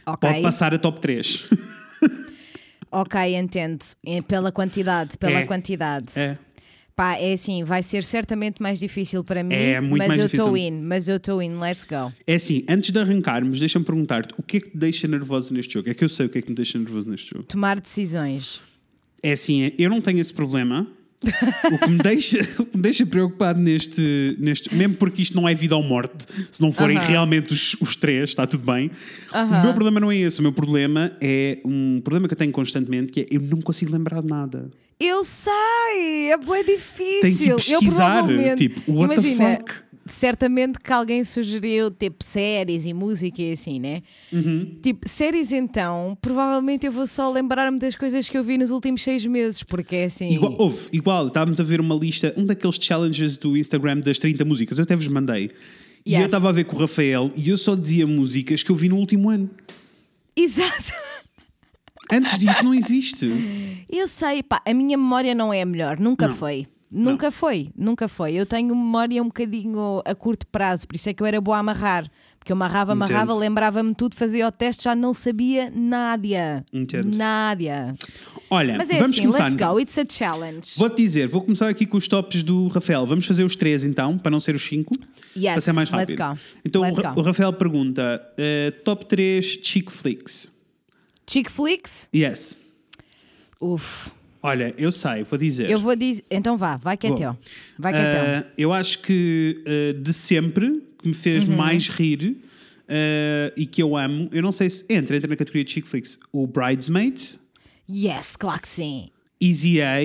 Ok,
Pode passar a top 3.
ok, entendo. É Pela quantidade, pela
É.
quantidade.
É.
Pá, é assim, vai ser certamente mais difícil para mim,
É, muito
mas
mais
eu estou
difícil.
in, mas eu estou in, let's go.
É assim, antes de arrancarmos, deixa-me perguntar-te o que é que te deixa nervoso neste jogo? É que eu sei o que é que me deixa nervoso neste jogo.
Tomar decisões.
É assim, eu não tenho esse problema. o, que me deixa, o que me deixa preocupado neste, neste. Mesmo porque isto não é vida ou morte, se não forem
Aham.
realmente os, os três, está tudo bem. O meu problema não é esse. O meu problema é um problema que eu tenho constantemente, que é eu não consigo lembrar de nada.
Eu sei, é bem difícil.
Tem que pesquisar,
eu provavelmente,
tipo, what the
imagina,
fuck?
Certamente que alguém sugeriu tipo séries e música e assim, né?
Uhum.
Tipo, séries então, provavelmente eu vou só lembrar-me das coisas que eu vi nos últimos seis meses, porque é assim.
Igual, houve, igual, estávamos a ver uma lista, um daqueles challenges do Instagram das 30 músicas, eu até vos mandei. E eu
Yes.
estava a ver com o Rafael e eu só dizia músicas que eu vi no último ano.
Exato.
Antes disso não existe.
Eu sei, pá, a minha memória não é a melhor, nunca
Não.
foi. Nunca foi, nunca foi. Eu tenho memória um bocadinho a curto prazo, por isso é que eu era boa a amarrar. Porque eu amarrava, amarrava,
Entendo.
lembrava-me tudo, fazia o teste, já não sabia nada.
Entendo.
Nada.
Olha,
Mas é
vamos
assim,
começar.
let's go, it's a challenge.
Vou-te dizer, vou começar aqui com os tops do Rafael. Vamos fazer os três então, para não ser os cinco.
Yes,
para ser mais
let's
rápido.
go.
Então o
Let's
Ra-
go.
o Rafael pergunta: eh, top 3 chick flicks.
Chick flicks?
Yes.
Uf.
Olha, eu sei, vou dizer.
Eu vou dizer. Então vá, vai que é
Vou.
teu. Vai que é teu.
Ah, eu acho que ah, de sempre que me fez
Uhum.
mais rir ah, e que eu amo, eu não sei se entra, entra na categoria de chick flicks, o Bridesmaid,
Yes, claro que sim.
Easy A,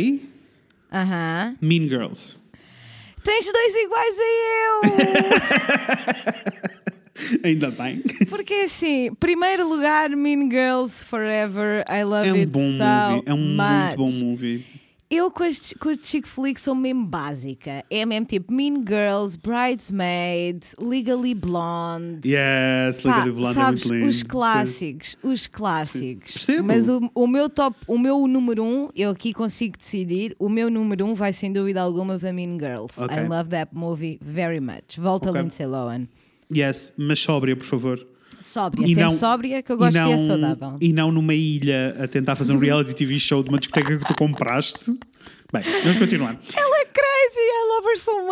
Aham.
Mean Girls.
Tens dois iguais a eu!
Ainda bem.
Porque assim, primeiro lugar, Mean Girls Forever, I love
É um
it
bom
so
movie, é um muito
much.
bom movie.
Eu com as, com as chick flicks sou mesmo básica. É mesmo tipo Mean Girls, Bridesmaid, Legally Blonde.
Yes,
Pá,
Legally Blonde é
sabes,
muito lindo.
os clássicos, os clássicos.
Percebo.
Mas o, o meu top, o meu número um, eu aqui consigo decidir, o meu número um vai sem dúvida alguma The Mean Girls.
Ok.
I love that movie very much. Volta
Ok.
a Lindsay Lohan.
Yes, mas sóbria, por favor.
Sóbria, É sempre sóbria, que eu gosto
e não,
e é saudável.
E não numa ilha a tentar fazer um reality TV show de uma discoteca que tu compraste. Bem, vamos continuar.
Ela é crazy, I love her so
O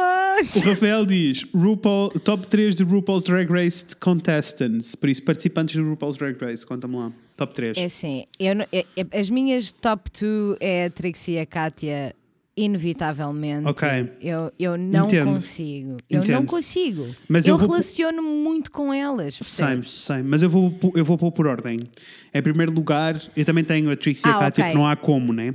much.
Rafael diz RuPaul, top 3 de RuPaul's Drag Race de contestants. Por isso, participantes do RuPaul's Drag Race, conta-me lá. Top 3.
É assim, eu não- é- é- as minhas top 2 é a Trixie e a Kátia, inevitavelmente.
Ok.
Eu, eu não
Entendo.
consigo. Eu
Entendo.
não consigo.
Mas
eu
eu vou-
relaciono me muito com elas.
Same,
percebes?
same. Mas eu vou, pu- eu vou pôr por ordem. Em primeiro lugar, eu também tenho a Trixie e a
Ah,
Kátia,
ok.
porque não há como, né?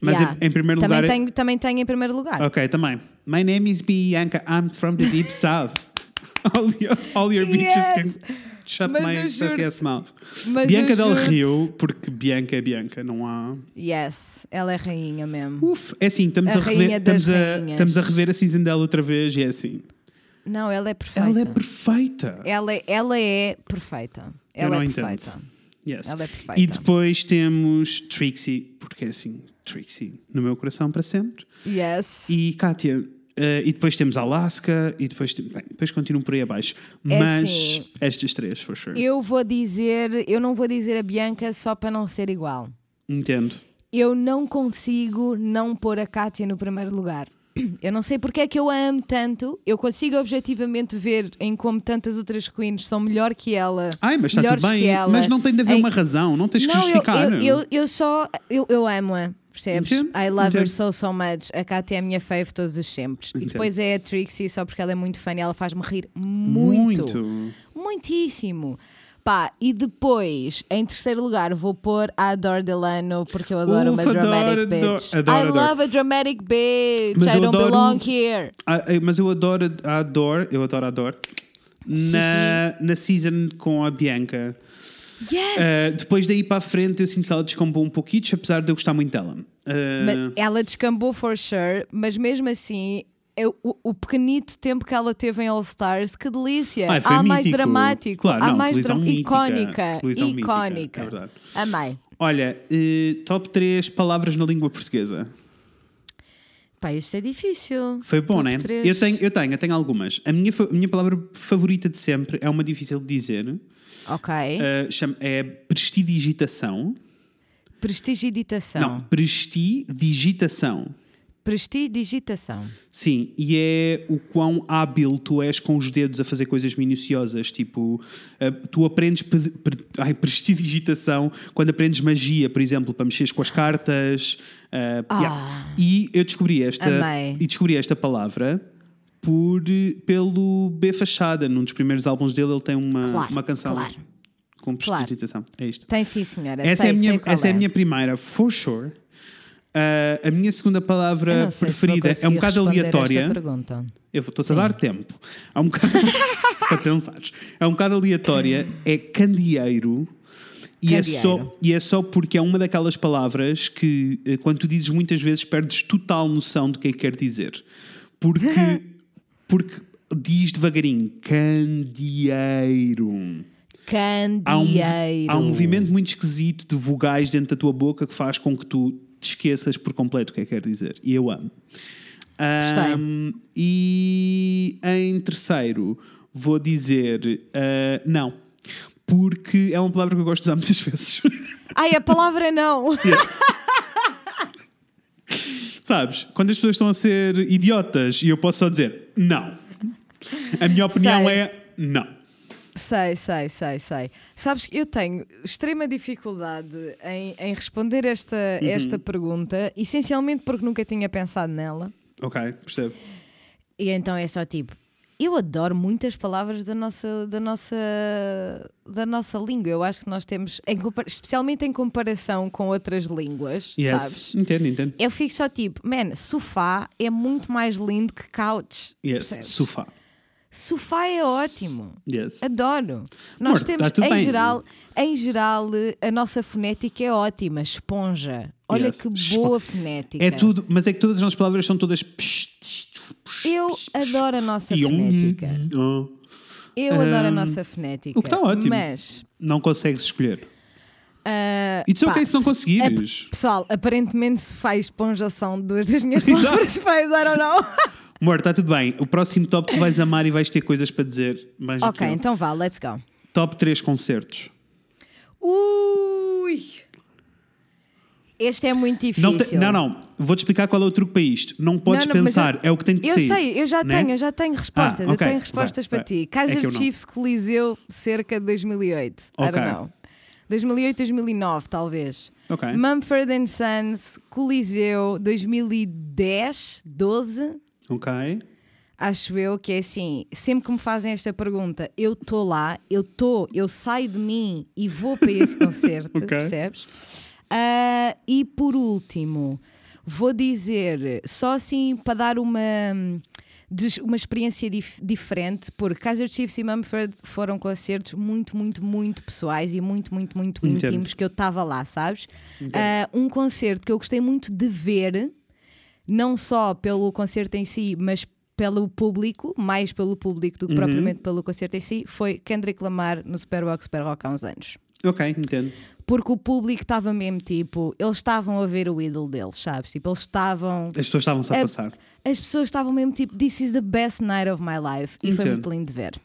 Mas
Yeah.
em, em primeiro
também
lugar. é-
Tenho, também tenho em primeiro lugar.
Ok, também. My name is Bianca, I'm from the Deep South. All your, all your
Yes.
bitches can Shut
Mas
my
eu juro-te-
sassy ass mouth.
mas
Bianca
eu
Del
juro-te-
Rio, porque Bianca é Bianca, não há.
Yes, ela é rainha mesmo.
Uf, é assim, estamos
A
a, rever,
rainha das
estamos, a,
rainhas.
estamos a rever a season dela outra vez e é assim.
Não, ela é perfeita.
Ela é perfeita.
Ela, ela é perfeita.
Eu
Ela
não
é
entendo.
perfeita.
Yes.
Ela é perfeita.
E depois temos Trixie, porque é assim, Trixie no meu coração para sempre.
Yes.
E Kátia. eh, e depois temos Alaska, e depois, tem- bem, depois continuam por aí abaixo.
É
Mas
assim.
estas três, for sure.
Eu vou dizer, eu não vou dizer a Bianca só para não ser igual.
Entendo.
Eu não consigo não pôr a Kátia no primeiro lugar. Eu não sei porque é que eu a amo tanto. Eu consigo objetivamente ver em como tantas outras queens são melhor que ela.
Ai, mas está
melhores
tudo
que
bem.
ela.
Mas não tem de haver
Em-
uma razão, não tens que
Não, eu,
justificar.
eu, eu, eu só. Eu, eu amo-a, percebes?
Entendo,
I love her
entendo.
so, so much. A Kátia é a minha fave todos os sempre. E
Entendo.
depois é a Trixie, só porque ela é muito fã e ela faz-me rir
Muito.
muito. Muitíssimo. Pá, e depois, em terceiro lugar, vou pôr a Adore Delano, porque eu adoro
Uf,
uma dramatic
adoro,
bitch.
adoro, adoro,
I
adoro.
love a dramatic bitch.
Mas
I
eu
don't
adoro-
belong here.
Ah, eh, mas eu adoro a Adore, eu adoro a Adore. Na, na season com a Bianca.
Yes!
Eh, depois daí para a frente eu sinto que ela descambou um pouquinho, apesar de eu gostar muito dela. Eh,
Ma- Ela descambou for sure, mas mesmo assim, eu- o, o pequenito tempo que ela teve em All Stars, que delícia!
Ai, Ah, foi
Há mais
mítico.
dramático,
Claro,
há
não,
mais
televisão mítica,
icónica,
televisão mítica,
icónica.
é verdade.
Amei.
Olha, eh, top 3 palavras na língua portuguesa.
Pá, isto é difícil.
Foi bom,
Top
né?
três.
Eu tenho, eu tenho, eu tenho algumas. A minha, fa- a minha palavra favorita de sempre é uma difícil de dizer.
Ok.
Eh, chama- é prestidigitação.
Prestidigitação.
Não, prestidigitação.
Prestidigitação.
Sim, e é o quão hábil tu és com os dedos a fazer coisas minuciosas. Tipo, eh, tu aprendes pe- pre- ai, prestidigitação quando aprendes magia, por exemplo, para mexeres com as cartas. eh, yeah. E eu descobri esta
Ah. Amei.
e descobri esta palavra por, eh, pelo B Fachada. Num dos primeiros álbuns dele, ele tem uma,
Claro,
uma canção
claro.
com prestidigitação. É isto.
Tem sim, senhora.
Essa,
sei,
é, a minha,
sei qual
essa é a minha primeira, for sure. Ah, a minha segunda
Eu
palavra
não sei se vou
preferida é um
conseguir
bocado
responder esta
aleatória.
pergunta.
Eu estou-te a dar tempo. É um bocado para pensares. É um bocado aleatória, é candeeiro. E é,
Candeeiro.
só, e é só porque é uma daquelas palavras que, eh, quando tu dizes muitas vezes, perdes total noção do que é que quer dizer. Porque, porque diz devagarinho: candeeiro.
Candeeiro.
Há um, há um movimento muito esquisito de vogais dentro da tua boca que faz com que tu te esqueças por completo o que é que quer dizer. E eu amo.
Gostei.
Ahm, e em terceiro, vou dizer ah, não, porque é uma palavra que eu gosto de usar muitas vezes.
Ai, a palavra não.
Sabes? Quando as pessoas estão a ser idiotas e eu posso só dizer não, a minha opinião
Sei.
é não.
Sei, sei, sei, sei. Sabes que eu tenho extrema dificuldade em, em responder esta,
Uhum.
esta pergunta, essencialmente porque nunca tinha pensado nela.
Ok, percebo.
E então é só tipo, eu adoro muitas palavras da nossa, da nossa, da nossa língua. Eu acho que nós temos, em compara- especialmente em comparação com outras línguas,
Yes.
sabes?
Entendo, entendo.
Eu fico só tipo, man, sofá é muito mais lindo que couch.
Yes,
percebes?
sofá.
Sofá é ótimo.
Yes.
Adoro.
Amor,
Nós temos,
tá tudo
em
bem.
geral, em geral, eh, a nossa fonética é ótima. Esponja. Olha
Yes.
que
Espo-
boa fonética.
É tudo, mas é que todas as nossas palavras são todas. psh,
Eu adoro a nossa
e um-
fonética.
Oh.
Eu adoro a nossa fonética.
o que tá ótimo.
Mas.
Não consegues escolher.
ah,
It's
pá,
ok se não conseguires.
Pessoal, aparentemente se faz esponja são duas das minhas
Exato.
palavras feias, I don't know.
Amor, está tudo bem. O próximo top tu vais amar e vais ter coisas para dizer. Mais do
ok,
que eu.
então vá, let's go.
Top 3 concertos.
Ui! Este é muito difícil.
Não, te- não, não. Vou-te explicar qual é o truque para isto. Não podes
Não, não, mas
pensar,
eu-
é o que tem de
eu
ser.
sei, eu já
né?
tenho, eu já tenho respostas.
ok,
Eu tenho respostas
vai,
para ti.
vai.
Kaiser
É que eu não.
Chiefs Coliseu, cerca de 2008. I
Ok.
don't know. 2008, 2009, talvez.
Ok.
Mumford and Sons, Coliseu, 2010, 12.
Ok.
Acho eu que é assim, sempre que me fazem esta pergunta, eu estou lá, eu estou, eu saio de mim e vou para esse concerto,
Ok.
percebes? Ah, e por último, vou dizer, só assim para dar uma des- uma experiência dif- diferente, porque Kaiser Chiefs e Mumford foram concertos muito, muito, muito pessoais e muito, muito, muito
Entendo.
íntimos que eu estava lá, sabes? Ah, um concerto que eu gostei muito de ver, não só pelo concerto em si, mas pelo público, mais pelo público do que propriamente pelo concerto em si, foi Kendrick Lamar no Superbox Super Rock há uns anos.
Ok, entendo.
Porque o público estava mesmo tipo, eles estavam a ver o ídolo deles, sabes? Tipo, eles estavam.
As pessoas estavam-se a
É-
passar.
As pessoas estavam mesmo tipo, this is the best night of my life. E foi
Entendo.
muito lindo de ver.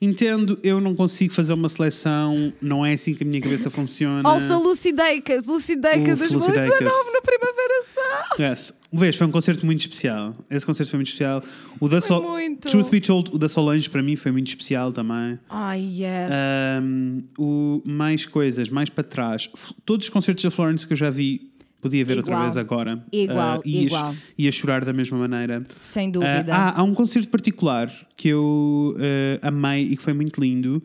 Entendo, eu não consigo fazer uma seleção, não é assim que a minha cabeça funciona.
Also Lucideicas, Lucideicas
Né? Uf,
2019
Lucideicas.
na Primavera Sound.
Yes. Vês, foi um concerto muito especial. Esse concerto foi muito especial. O da Sol-
muito.
Truth Be Told, o da Solange para mim foi muito especial também.
Ai, yes.
Ah, Ahm, o mais coisas, mais para trás. F- Todos os concertos da Florence que eu já vi, podia ver outra
Igual.
vez agora.
Igual,
Ah, e ia ch-
igual.
Ia chorar da mesma maneira.
Sem
Ah,
dúvida.
há, há um concerto particular que eu ah, amei e que foi muito lindo.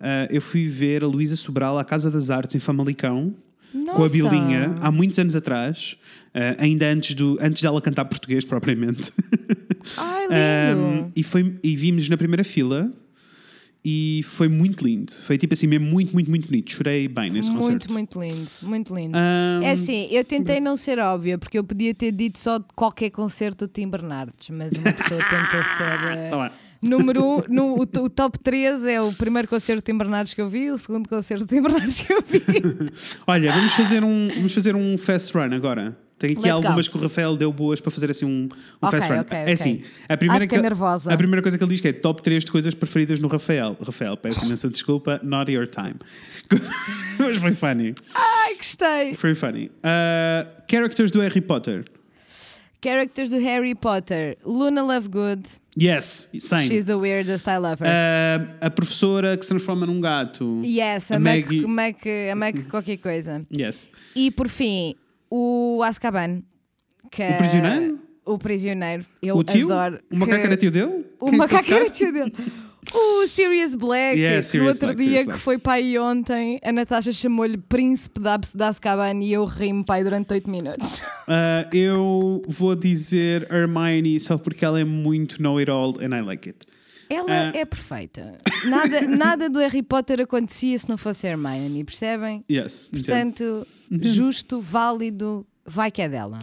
Ah, eu fui ver a Luísa Sobral à Casa das Artes em Famalicão. Com a
Nossa.
Bilinha, há muitos anos atrás, ah, ainda antes, do, antes dela cantar português propriamente.
Ai,
Um,
lindo.
e, foi, e vimos na primeira fila e foi muito lindo. Foi tipo assim, mesmo muito, muito, muito bonito. Chorei bem nesse
muito,
concerto.
muito lindo. Muito lindo.
Um,
É assim, eu tentei não ser óbvia, porque eu podia ter dito só de qualquer concerto do Tim Bernardes, mas uma pessoa tentou ser. eh,
Tá bem.
Número um, no, o, t- o top 3 é o primeiro concerto de Tim Bernardes que eu vi, o segundo concerto de Tim Bernardes que eu vi.
Olha, vamos fazer um, vamos fazer um fast run agora. Tem aqui
Let's
algumas
go.
que o Rafael deu boas para fazer assim um, um
Ok,
fast run.
ok,
é
ok.
assim, a primeira,
Ah, fiquei nervosa.
a primeira coisa que ele diz que é top 3 de coisas preferidas no Rafael. Rafael, peço imensa desculpa, not your time. Mas foi funny.
Ai, gostei!
Foi funny. Uh, characters do Harry Potter.
Characters do Harry Potter: Luna Lovegood,
Yes, same.
she's the weirdest I love her.
Uh, a professora que se transforma num gato.
yes,
a
a Mac,
Maggie- Uhum.
Mac, a Mac qualquer coisa.
Yes.
E por fim, o Azkaban. que-
O prisioneiro?
O prisioneiro. Eu
O tio?
adoro.
O macaco
que-
era tio dele?
O
Quem é
macaco
que ele
era
se
tio dele. O Sirius Black,
Yeah,
que no
Sirius
outro
Black,
dia
Sirius
que
Black.
foi para aí ontem, a Natasha chamou-lhe príncipe da da Azkaban e eu rimo pai durante 8 minutos.
casa? Uh, eu vou dizer Hermione só porque ela é muito know it all and I like it. Ah.
Ela é perfeita. Nada, nada do Harry Potter acontecia se não fosse a Hermione, percebem?
Yes. entendo.
Portanto,
Uhum.
justo, válido, vai que é dela.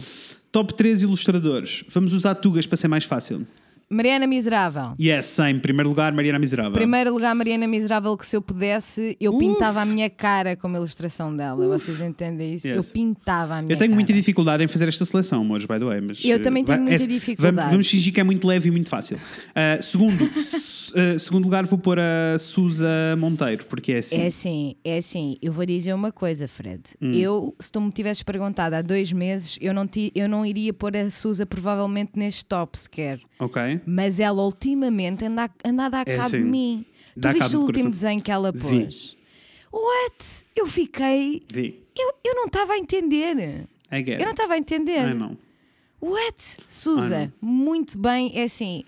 Top 3 ilustradores. Vamos usar tugas para ser mais fácil.
Mariana Miserável.
Yes, same. Primeiro lugar, Mariana Miserável.
Primeiro lugar, Mariana Miserável, que se eu pudesse, eu
Uf.
pintava a minha cara como ilustração dela. Vocês entendem isso?
Yes.
Eu pintava a minha
Eu tenho
cara.
muita dificuldade em fazer esta seleção, hoje, by the way. Mas,
Eu também
eh,
tenho muita
essa-
dificuldade.
Vamos, vamos fingir que é muito leve e muito fácil. Ah, segundo, s- ah, segundo lugar, vou pôr a Susa Monteiro, porque é assim.
É assim, é assim. Eu vou dizer uma coisa, Fred.
Hum.
Eu, se tu me tivesses perguntado há dois meses, eu não, ti, eu não iria pôr a Susa provavelmente neste top sequer.
Ok?
Mas ela ultimamente anda, a- anda a dar
É
cabo de
assim.
mim.
Dá
tu viste
cabo
o
do
último
coração.
desenho que ela
Vi.
pôs? What? Eu fiquei.
Vi.
Eu, eu não estava a entender.
I get
Eu não
it. Ah,
estava a entender.
I know.
What?
é,
Susa, muito bem, é assim,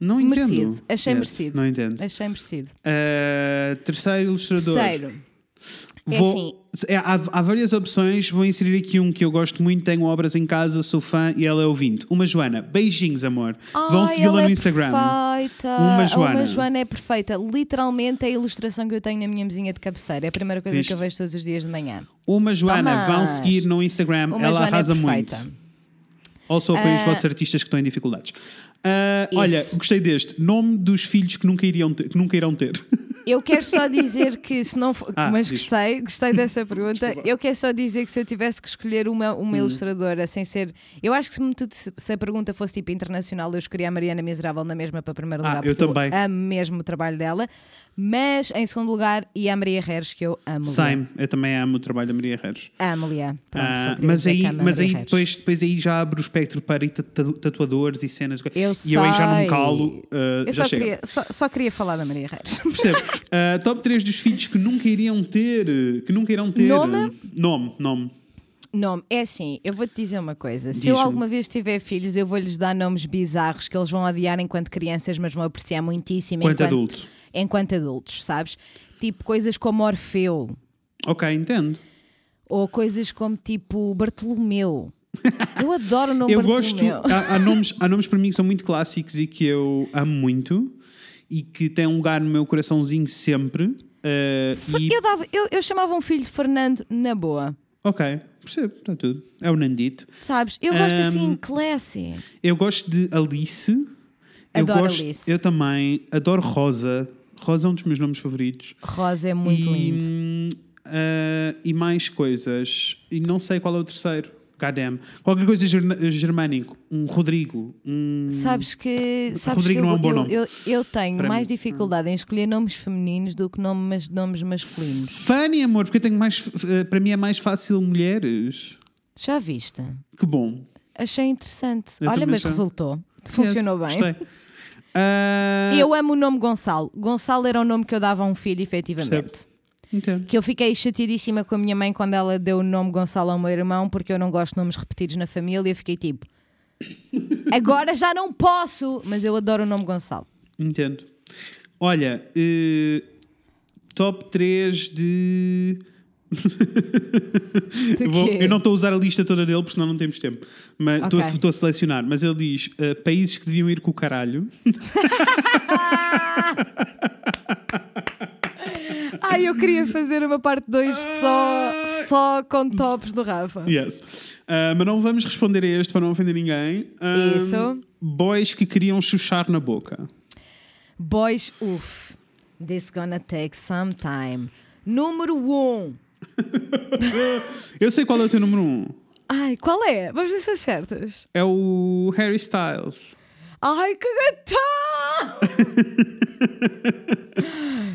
Não entendo.
merecido. Achei
Yes,
merecido.
Não entendo.
Achei merecido.
Ah, terceiro ilustrador.
Terceiro. É
Vou,
assim.
é, há, há várias opções. Vou inserir aqui um que eu gosto muito. Tenho obras em casa, sou fã e ela é ouvinte. Uma Joana. Beijinhos, amor. Vão
Ai,
segui-la
ela
no
é
Instagram.
Perfeita.
Uma Joana.
Uma Joana é perfeita. Literalmente é a ilustração que eu tenho na minha mesinha de cabeceira. É a primeira coisa
Viste?
que eu vejo todos os dias de manhã.
Uma Joana.
Tomás.
Vão seguir no Instagram.
Uma
ela
Joana
arrasa
é
muito.
perfeita. Ah.
Ou só apoiem os vossos artistas que estão em dificuldades. Ah,
Isso.
olha, gostei deste. Nome dos filhos que nunca, iriam ter- que nunca irão ter.
Eu quero só dizer que se não for,
Ah,
mas
diz.
gostei, gostei dessa pergunta. Eu quero só dizer que se eu tivesse que escolher uma,
Hum.
uma ilustradora sem ser, eu acho que se, me tu- se a pergunta fosse tipo internacional, eu escolheria a Mariana Miserável na mesma para primeiro
Ah,
lugar.
eu
porque
também.
amo mesmo o trabalho dela, mas em segundo lugar e a Maria Herres que eu amo.
Same. Eu também amo o trabalho da Maria Herres.
Amelia. Pronto, só
Ah,
queria
mas
dizer que
aí,
amo a
mas
Maria
aí
Herres.
depois, depois aí já abre o espectro para ir tatu- tatuadores e cenas.
Eu
e eu aí já não me
sei.
calo. ah,
Eu
já
só
chega.
queria, só, só queria falar da Maria Herres.
Percebe? Ah, top 3 dos filhos que nunca iriam ter. Que nunca irão ter.
Nome?
Nome, nome.
Nome, é assim, eu vou-te dizer uma coisa. Se
Diz-me.
eu alguma vez tiver filhos, eu vou-lhes dar nomes bizarros que eles vão odiar enquanto crianças, mas vão apreciar muitíssimo
Enquanto
enquanto
adulto.
Enquanto adultos, sabes? Tipo coisas como Orfeu,
Ok, entendo.
ou coisas como tipo Bartolomeu, Eu adoro o nome
Eu gosto.
Bartolomeu.
Há, há nomes, há nomes para mim que são muito clássicos e que eu amo muito e que têm um lugar no meu coraçãozinho sempre. eh, e,
Eu, dava, eu, eu chamava um filho de Fernando na boa.
Ok, percebo, está tudo. É o Nandito.
Sabes? Eu gosto assim,
Um,
classy.
Eu gosto de Alice. Eu
Adoro
gosto,
Alice.
Eu também adoro Rosa. Rosa é um dos meus nomes favoritos.
Rosa é muito
e,
lindo.
hum, ah, e mais coisas. E não sei qual é o terceiro. Goddamn. Qualquer coisa gerna- germânico. Um Rodrigo. Um...
Sabes que, sabes
Rodrigo
que eu,
não é um bom
eu,
nome.
eu, eu tenho
Para
mais
mim.
dificuldade em escolher nomes femininos do que nomes, nomes masculinos.
Fanny, amor, porque eu tenho mais. ah, para mim é mais fácil mulheres.
Já viste?
Que bom.
Achei interessante.
Eu
Olha,
também
mas
achei.
resultou. Funcionou
Yes,
bem.
Gostei. Ah,
Eu amo o nome Gonçalo. Gonçalo era o nome que eu dava a um filho, efetivamente.
entendo.
Que eu fiquei chateadíssima com a minha mãe quando ela deu o nome Gonçalo ao meu irmão, porque eu não gosto de nomes repetidos na família. Fiquei tipo, agora já não posso, mas eu adoro o nome Gonçalo.
Entendo. Olha, eh, top 3 de. Eu vou-
quê?
eu não estou a usar a lista toda dele, porque senão não temos tempo. Mas estou
Ok.
a- estou a selecionar. Mas ele diz eh, países que deviam ir com o caralho.
Ai, eu queria fazer uma parte 2 só, só com tops do Rafa.
Yes. Ah, mas não vamos responder a este para não ofender ninguém. Ah,
Isso.
Boys que queriam chuchar na boca.
Boys, uff, this gonna take some time. Número 1. Um.
Eu sei qual é o teu número 1. Um.
Ai, qual é? Vamos ver se acertas.
É o Harry Styles.
Ai, que gatão!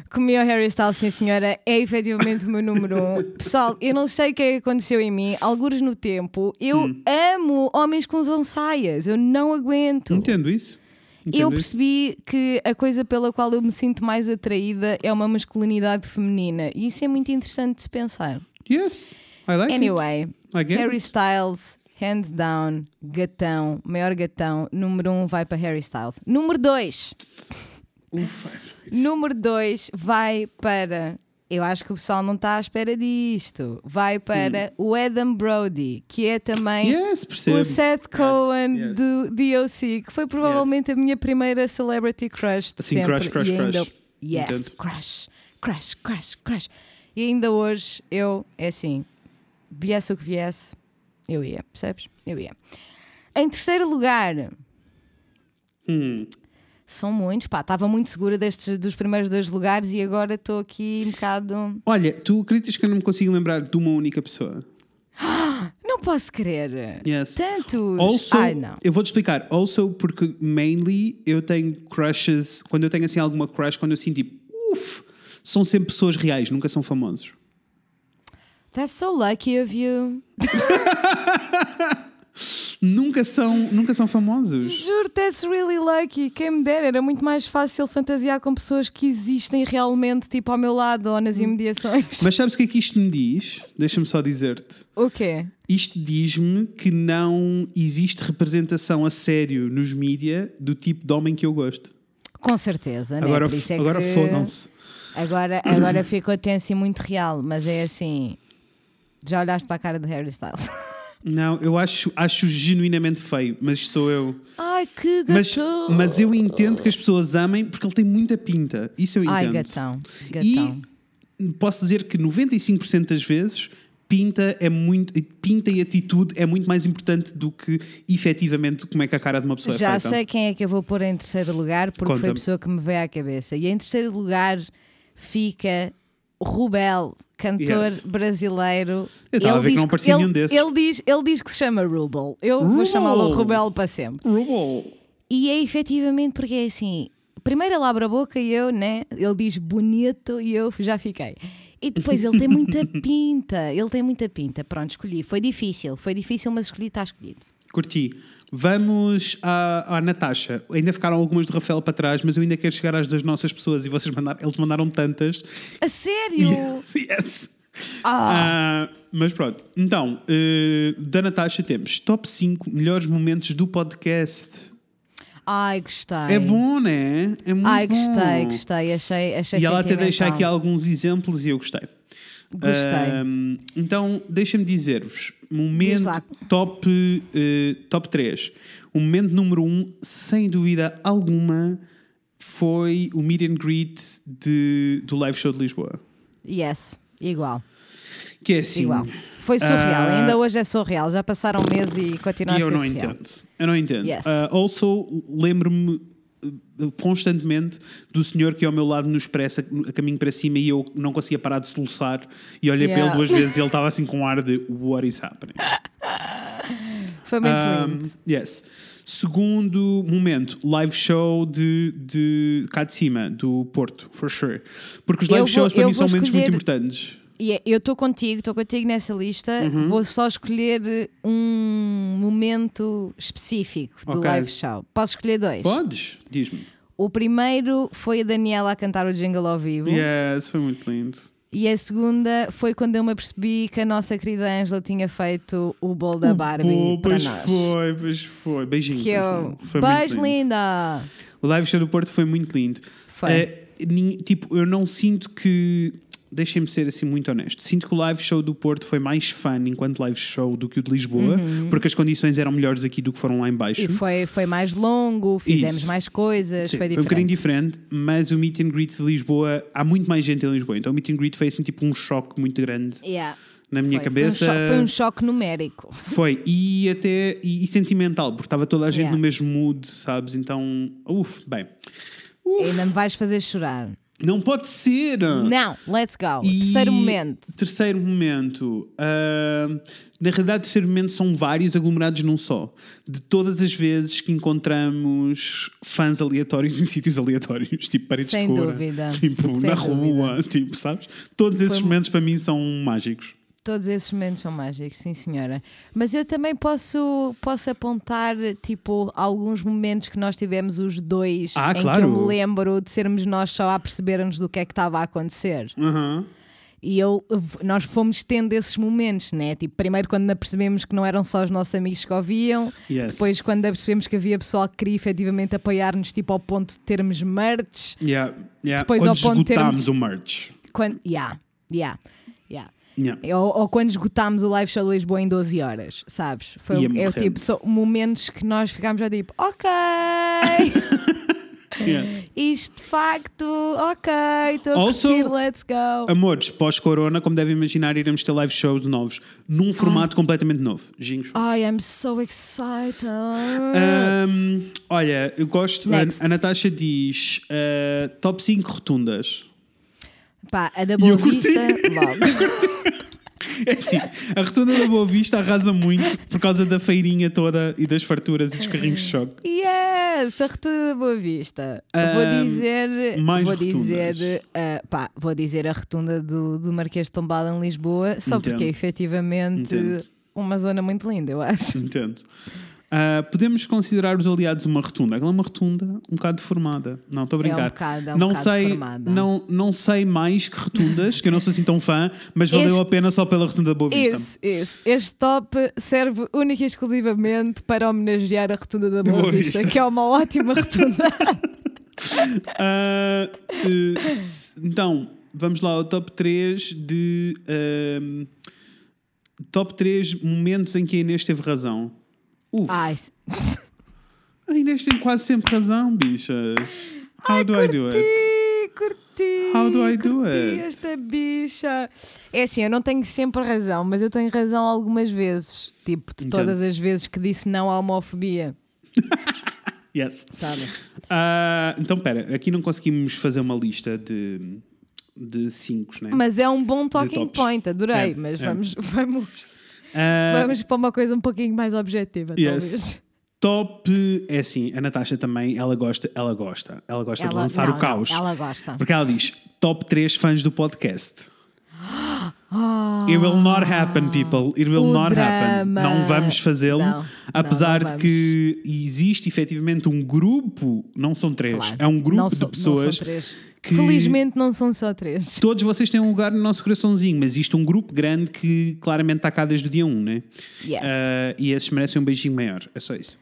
Comi o Harry Styles, sim senhora, é efetivamente o meu número um. Pessoal, eu não sei o que é que aconteceu em mim, alguns no tempo. Eu amo homens que usam saias, eu não aguento.
Entendo isso.
Eu
Entendo isso.
percebi que a coisa pela qual eu me sinto mais atraída é uma masculinidade feminina. E isso é muito interessante de se pensar.
Yes. I like
Anyway,
I get
Harry
it.
Styles, hands down, gatão, maior gatão. Número um vai para Harry Styles. Número dois,
it. Ufa.
número dois vai para. Eu acho que o pessoal não está à espera disto. Vai para o Adam Brody, que é também
Yes, percebo.
o Seth Cohen
yes.
do DOC, que foi provavelmente a minha primeira celebrity crush de
Assim,
sempre.
crush, crush,
e ainda...
crush.
Yes,
Entendo.
crush, crush, crush, crush. E ainda hoje eu, é assim, viesse o que viesse, eu ia, percebes? Eu ia. Em terceiro lugar,
Hum.
são muitos, pá, estava muito segura destes, dos primeiros dois lugares e agora estou aqui um bocado.
Olha, tu acreditas que eu não me consigo lembrar de uma única pessoa?
Não posso querer.
Yes.
Tantos.
Also,
Ai, não.
eu vou-te explicar. Also, porque mainly eu tenho crushes, quando eu tenho assim alguma crush, quando eu sinto tipo, uff, são sempre pessoas reais, nunca são famosos.
That's so lucky of you.
Nunca são, nunca são famosos.
Juro, that's really lucky. Quem me dera, era muito mais fácil fantasiar com pessoas que existem realmente, tipo ao meu lado ou nas imediações.
Mas sabes o que é que isto me diz? Deixa-me só dizer-te.
O quê?
Isto diz-me que não existe representação a sério nos mídia do tipo de homem que eu gosto.
Com certeza, né?
Agora,
Por isso é
agora
que-
fodam-se.
Agora, agora ficou tenso e muito real, mas é assim. Já olhaste para a cara de Harry Styles?
Não, eu acho, acho genuinamente feio, mas sou eu.
Ai, que gatão!
Mas, mas eu entendo que as pessoas amem porque ele tem muita pinta. Isso eu entendo.
Ai, gatão, gatão.
E posso dizer que 95% das vezes pinta é muito pinta e atitude é muito mais importante do que efetivamente como é que a cara de uma pessoa
Já
é feita.
sei quem é que eu vou pôr em terceiro lugar, porque foi a
Conta-me.
pessoa que me veio à cabeça. E em terceiro lugar fica Rubel, cantor
Yes.
brasileiro.
Eu estava a ver que
diz
não parecia
ele,
nenhum desses.
Ele diz, ele diz que se chama Rubel. Eu vou
Rubel.
chamá-lo Rubel para sempre.
Rubel.
E é efetivamente porque é assim: primeiro ele abre a boca e eu, né? Ele diz bonito e eu já fiquei. E depois ele tem muita pinta, ele tem muita pinta. Pronto, escolhi. Foi difícil, foi difícil, mas escolhi, está escolhido.
Curti. Vamos à, à Natasha. Ainda ficaram algumas do Rafael para trás, mas eu ainda quero chegar às das nossas pessoas e vocês mandaram, eles mandaram tantas.
A sério?
Yes, yes. Ah, mas pronto, então, eh, da Natasha temos top 5 melhores momentos do podcast.
Ai, gostei.
É bom, né? É muito
Ai,
bom.
gostei, gostei, achei, achei
E ela até deixa
sentimental.
aqui alguns exemplos e eu gostei.
Gostei.
Ahm, então, deixa-me dizer-vos:
Diz
momento
lá.
top, eh, top 3. O momento número 1, sem dúvida alguma, foi o meet and greet de, do live show de Lisboa.
Yes, igual.
Que é assim.
Igual. Foi surreal,
Ah.
ainda hoje é surreal. Já passaram meses e continua
E
a
eu
ser
não
surreal.
entendo. Eu não entendo.
Yes.
Ah, also, lembro-me eh, constantemente do senhor que ao meu lado no expresso a- a caminho para cima e eu não conseguia parar de soluçar e olhei para ele
Yeah.
duas vezes e ele estava assim com um ar de what is happening
Foi muito
Um,
lindo.
yes. Segundo momento, live show de, de cá de cima, do Porto, for sure. Porque os
Eu
live
vou-
shows para
eu
mim são
vou
momentos muito
escolher-
importantes.
E é- eu estou contigo, estou contigo nessa lista.
Uhum.
Vou só escolher um momento específico do
Ok.
live show. Posso escolher dois?
Podes? Diz-me.
O primeiro foi a Daniela a cantar o jingle ao vivo.
Yes, foi muito lindo.
E a segunda foi quando eu me apercebi que a nossa querida Ângela tinha feito o bolo da Barbie
Pô,
para
pois
nós.
foi, pois foi. Beijinhos.
Que eu.
Ângela. Foi
Beijo,
muito lindo.
linda!
O live show do Porto foi muito lindo.
Foi.
Eh, nin- tipo, eu não sinto que. Deixem-me ser assim muito honesto. Sinto que o live show do Porto foi mais fun enquanto live show do que o de Lisboa, porque as condições eram melhores aqui do que foram lá em baixo.
Uhum. E foi, foi mais longo, fizemos
Isso.
mais coisas,
Sim,
foi
um bocadinho
diferente.
diferente, mas o meet and greet de Lisboa, há muito mais gente em Lisboa, então o meet and greet foi assim tipo um choque muito grande
Yeah.
na minha
Foi-
cabeça.
Foi um, cho- foi um choque numérico.
Foi, e até e, e sentimental, porque estava toda a gente
Yeah.
no mesmo mood, sabes? Então, uff, bem. Uf,
Ainda me vais fazer chorar.
não pode ser!
Não, let's go.
Ah. E-
Terceiro momento.
Terceiro momento. ah, na realidade, terceiro momento são vários aglomerados num só. De todas as vezes que encontramos fãs aleatórios em sítios aleatórios, tipo paredes
Sem
de cor,
dúvida.
tipo
Sem
na rua, tipo, sabes? Todos esses momentos para mim são mágicos.
Todos esses momentos são mágicos, sim senhora. Mas eu também posso, posso apontar tipo alguns momentos que nós tivemos os dois
Ah,
em que
claro.
eu me lembro de sermos nós só a percebermos do que é que estava a acontecer. E eu, nós fomos tendo esses momentos, né? Tipo, primeiro quando apercebemos que não eram só os nossos amigos que ouviam,
Yes.
depois quando apercebemos que havia pessoal que queria efetivamente apoiar-nos, tipo ao ponto de termos merch,
Yeah, yeah.
Depois,
Quando
ao ponto de
esgotámos
termos-
o merch.
quando. Yeah, yeah, yeah.
Yeah.
Ou, ou quando esgotámos o live show de Lisboa em 12 horas, sabes? Foi
Ia
um- é o
morrendo.
tipo, são momentos que nós ficámos já tipo, ok,
Yes.
isto de facto, ok, estou a
Also,
curtir, let's go.
Amores, pós-corona, como devem imaginar, iremos ter live shows novos num
Ah.
formato completamente novo. Ginhos.
I am so excited.
Ah, Ahm, Hum, olha, eu gosto.
Next.
A, a Natasha diz ah, top 5 rotundas.
Pá, a da Boa
eu curti.
Vista, logo.
É assim, a rotunda da Boa Vista arrasa muito por causa da feirinha toda e das farturas e dos carrinhos de choque.
Yes, a Retuda da Boa Vista.
Ahm,
vou dizer.
mais
vou
rotundas.
dizer. ah, pá, vou dizer a Retunda do, do Marquês de Pombal em Lisboa, só
Entendo.
porque é efetivamente
Entendo.
uma zona muito linda, eu acho.
Entendo. Ah, podemos considerar os aliados uma rotunda. Aquela é uma rotunda um bocado deformada. Não, estou a brincar.
um bocado- é um
não
bocado
sei,
deformada.
Não, não sei mais que rotundas, que eu não sou assim tão fã, mas valeu
Este-
a pena só pela rotunda da Boa Vista.
Esse, esse. Este top serve única e exclusivamente para homenagear a Retunda da Boa,
Boa
Vista,
Vista.
que é uma ótima retunda.
Ah, eh, s- então, vamos lá ao top 3 de. ahm, top 3 momentos em que a Inês teve razão. Uf,
Ai,
a Inês tem quase sempre razão, bichas. How do I do it?
curti, curti.
How do I do
curti
it?
esta bicha. É assim, eu não tenho sempre razão, mas eu tenho razão algumas vezes. Tipo, de
Entendo.
todas as vezes que disse não à homofobia,
Yes.
sabe?
Ah, então, pera, aqui não conseguimos fazer uma lista de. De 5, né?
Mas é um bom talking
tops.
point, adorei.
É,
mas
é.
Vamos, vamos,
Ah,
vamos para uma coisa um pouquinho mais objetiva,
Yes.
talvez.
Top é assim, a Natasha também, ela gosta, ela gosta, ela gosta de
Ela-
lançar
não,
o
não,
caos.
ela gosta.
Porque ela diz top 3 fãs do podcast. It will not happen, people. It will
o
not happen.
drama.
Não vamos fazê-lo.
Não, não,
Apesar
não
de que existe efetivamente um grupo, não são três,
Claro.
é um grupo
Não
de
são- não são
pessoas
três.
que
Felizmente não são só três.
todos vocês têm um lugar no nosso coraçãozinho, mas existe um grupo grande que claramente está cá desde o dia 1, né?
Yes.
Ah, e esses merecem um beijinho maior. É só isso.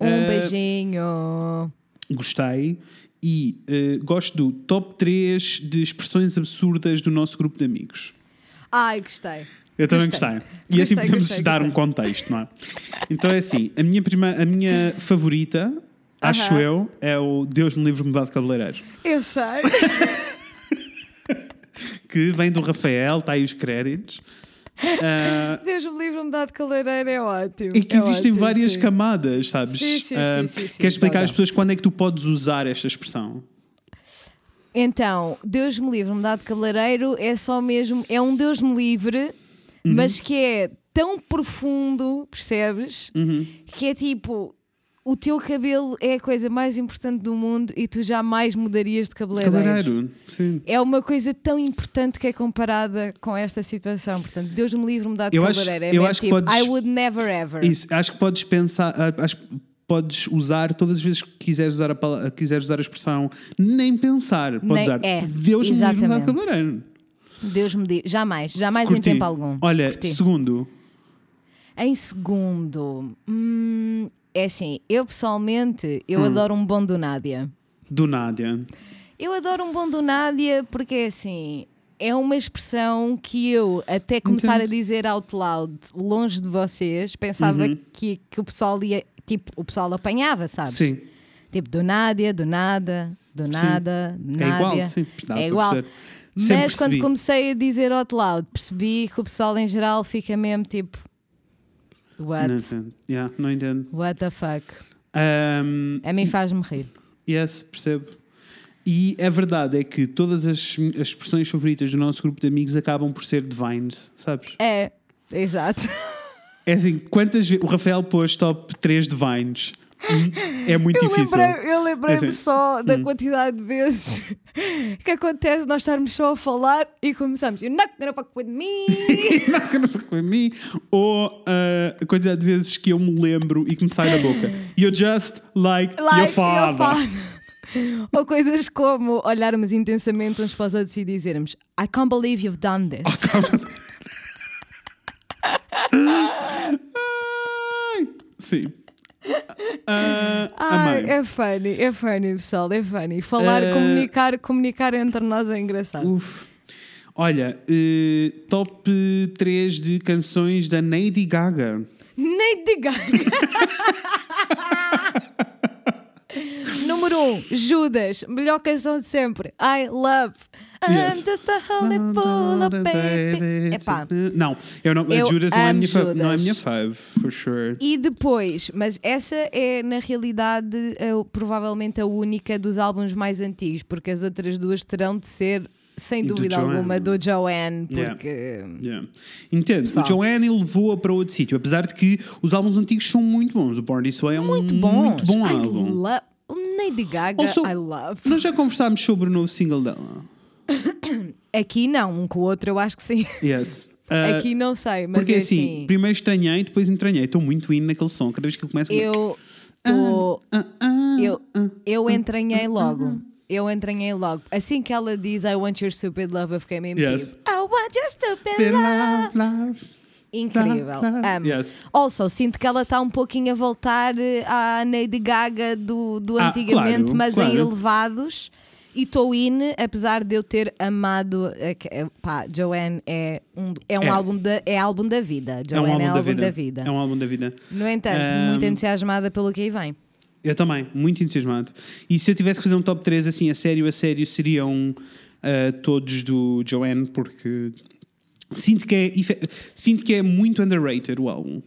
Um
Ah,
beijinho.
gostei e ah, eh, gosto do top 3 de expressões absurdas do nosso grupo de amigos.
Ai, gostei.
Eu também
Gostei.
gostei. E assim
Gostei,
podemos
gostei,
dar um
gostei.
contexto, não é? Então é assim, a minha, prima, a minha favorita, acho
Aham.
eu, é o Deus me livre mudar de cabeleireiro.
Eu sei.
Que vem do Rafael, está aí os créditos.
Deus me livre, me dá de caleireira é ótimo.
E que
É
existem
ótimo,
várias
sim.
camadas, sabes?
Sim, sim,
Ah,
sim, sim, sim,
Queres explicar
dá,
às
dá.
pessoas quando é que tu podes usar esta expressão?
Então, Deus me livre, me dá de cabeleireiro é só mesmo, é um Deus me livre,
Uhum.
mas que é tão profundo, percebes?
Uhum.
Que é tipo, o teu cabelo é a coisa mais importante do mundo e tu jamais mudarias de cabeleireiro.
Cabeleireiro, sim.
É uma coisa tão importante que é comparada com esta situação. Portanto, Deus me livre, me dá de
Eu acho-
cabeleireiro. é
eu
mesmo
acho que
tipo,
podes-
I would never ever.
Isso, acho que podes pensar, ah, acho que podes usar todas as vezes que quiseres usar a, pala- ah, quiseres usar a expressão, nem pensar. Podes
Nem-
usar
é,
Deus me livre de mudar de
exatamente.
cabeleireiro.
Deus me livre, jamais, jamais
Curti.
em tempo algum.
Olha,
Curti.
segundo,
Em segundo, hum, é assim, eu pessoalmente
Hum.
eu adoro um bom do Nádia.
do Nádia.
Eu adoro um bom do Nádia porque é assim, é uma expressão que eu, até começar
Entendo.
a dizer out loud, longe de vocês, pensava
Uhum.
que, que o pessoal ia, tipo, o pessoal apanhava, sabes?
Sim.
Tipo, do Nádia, do nada, do nada, do
É
Nádia.
igual, sim. Dá
é
para
igual.
perceber.
Mas
Sempre
quando
percebi.
comecei a dizer out loud, percebi que o pessoal em geral fica mesmo tipo. What?
Não entendo. Yeah, não entendo.
What the fuck?
Ahm,
A mim faz-me rir.
Yes, percebo. E a verdade é que todas as, as expressões favoritas do nosso grupo de amigos acabam por ser divines, sabes?
É, exato.
É assim, quantas vezes. O Rafael pôs top 3 divines. Hum, É muito difícil.
eu lembrei-me
É assim.
só da quantidade de vezes que acontece nós estarmos só a falar e começamos. You're not gonna fuck with me!
Not gonna fuck with me. Ou ah, a quantidade de vezes que eu me lembro e que me sai da boca. You're just like, your
Like
father.
Ou coisas como olharmos intensamente uns para os outros e dizermos I can't believe you've done this.
Ai, Sim. Ah, amei.
Ai, é funny, é funny, pessoal, é funny. Falar,
Eh,
comunicar, comunicar entre nós é engraçado.
Uf. Olha, eh, top 3 de canções da Lady Gaga.
Nem diga! Número 1, um, Judas, melhor canção de sempre. I love.
Yes.
I'm just a holy full of baby. Epá.
Não, eu não,
Eu
a Judas não é a
amo
minha fave,
Judas.
não é a minha fave, for sure.
E depois, mas essa é na realidade a- provavelmente a única dos álbuns mais antigos, porque as outras duas terão de ser, sem
Do
dúvida
Joanne.
alguma, do Joanne,
Yeah.
porque.
Yeah. Entendo,
Pessoal.
o Joanne levou-a para outro sítio, apesar de que os álbuns antigos são muito bons. O Born This Way é
Muito
um
bons.
muito bom
I
álbum.
love. Lady Gaga,
Also,
I love.
Nós já conversámos sobre o novo single dela.
Aqui não, um com o outro eu acho que sim.
Yes. Ah,
Aqui não sei, mas
porque
é
assim,
assim,
primeiro estranhei, depois entranhei. Estou muito indo naquele som. Cada vez que ele começa.
eu tô-
Ah, ah,
eu, eu entranhei logo. Eu entranhei logo. Assim que ela diz I want your stupid love, eu fiquei mesmo
Yes.
tipo, I want your stupid love.
Pela, pela.
Incrível.
Claro, claro.
Amo.
Ah, Yes.
Also, sinto que ela está um pouquinho a voltar eh, à Lady Gaga do, do
Ah,
antigamente,
claro,
mas
claro.
em elevados. E estou in, apesar de eu ter amado. eh, que- eh, Pá, Joanne é um, é um
É.
Álbum, da, é álbum da vida.
É um
Joanne
álbum,
é
da,
álbum
vida.
da vida.
É um álbum da vida.
No entanto,
Ahm,
muito entusiasmada pelo que aí vem.
Eu também, muito entusiasmado. E se eu tivesse que fazer um top 3 assim, a sério, a sério, seriam ah, todos do Joanne, porque sinto que é, efe- sinto que é muito underrated o álbum.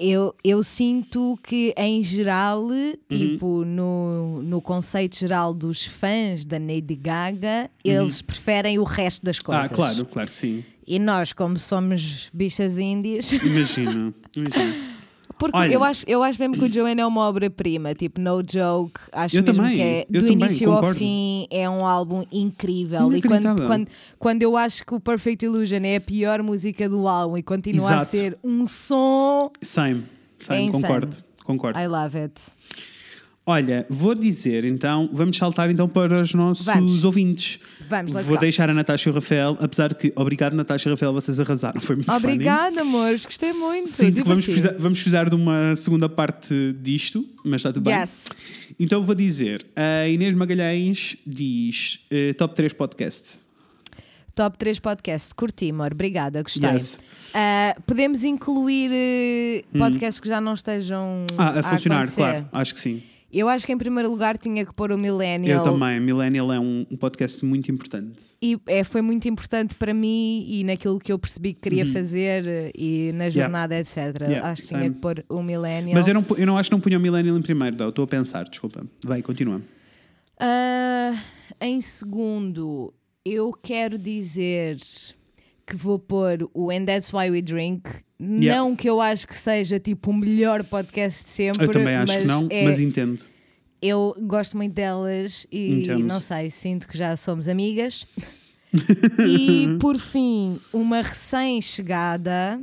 Eu, eu sinto que, em geral,
Uhum.
tipo, no, no conceito geral dos fãs da Lady Gaga, eles preferem o resto das coisas.
Uhum. Ah, claro, claro que sim.
E nós, como somos bichas índias,
Imagino, imagino.
porque
Olha.
eu, acho, eu acho mesmo que o Joanne é uma obra-prima, tipo, no joke, acho
Eu
mesmo
também,
que é
eu
do
também,
início ao
concordo.
fim, é um álbum incrível. E quando,
Inacreditável.
quando, quando eu acho que o Perfect Illusion é a pior música do álbum e continua a
Exato.
ser um som,
Same,
É
same,
insano.
concordo, concordo.
I love it.
Olha, vou dizer então, vamos saltar então para os nossos
Vamos.
ouvintes.
Vamos, let's
Vou
go.
deixar a Natasha e o Rafael, apesar de que, obrigado Natasha e Rafael, vocês arrasaram, foi muito funny.
Obrigada, amores, gostei muito.
Sinto que vamos
divertido.
precisar, vamos precisar de uma segunda parte disto, mas está tudo
Yes.
bem. Então vou dizer, a Inês Magalhães diz eh, top 3 podcast.
Top 3 podcast, curti, amor. Obrigada, gostei.
Yes. Hum.
Ah, podemos incluir eh, podcasts que já não estejam
Ah, a funcionar,
acontecer?
claro. Acho que sim.
Eu acho que em primeiro lugar tinha que pôr o Millennial.
Eu também. Millennial é um, um podcast muito importante.
E é, foi muito importante para mim e naquilo que eu percebi que queria fazer eh, e na jornada, etc.
Hum. Yeah,
acho que tinha
same.
que pôr o Millennial.
Mas eu não, pu- eu não acho que não punha o Millennial em primeiro, Dó. Estou a pensar, desculpa. Vai, continua.
Ah, em segundo, eu quero dizer que vou pôr o And That's Why We Drink.
Yeah.
Não que eu acho que seja tipo o melhor podcast de sempre.
Eu também acho
mas
que não,
é-
mas entendo.
eu gosto muito delas e
Entendo.
não sei, sinto que já somos amigas. e por fim, uma recém-chegada.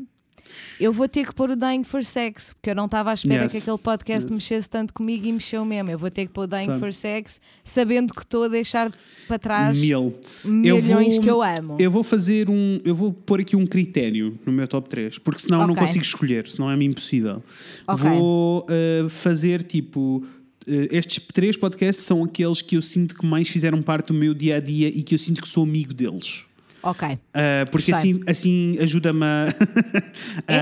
Eu vou ter que pôr o Dying for Sex, porque eu não estava à espera
Yes.
que aquele podcast
Yes.
mexesse tanto comigo e mexeu mesmo. Eu vou ter que pôr o Dying
Sabe.
for Sex, sabendo que estou a deixar para trás
Mil.
milhões que eu amo.
Eu vou fazer um. Eu vou pôr aqui um critério no meu top 3, porque senão eu não
Ok.
consigo escolher, senão é-me impossível.
Ok.
Vou uh, fazer tipo. uh, estes três podcasts são aqueles que eu sinto que mais fizeram parte do meu dia a dia e que eu sinto que sou amigo deles.
Ok.
Uh, porque
Gostei.
assim, assim ajuda-me a,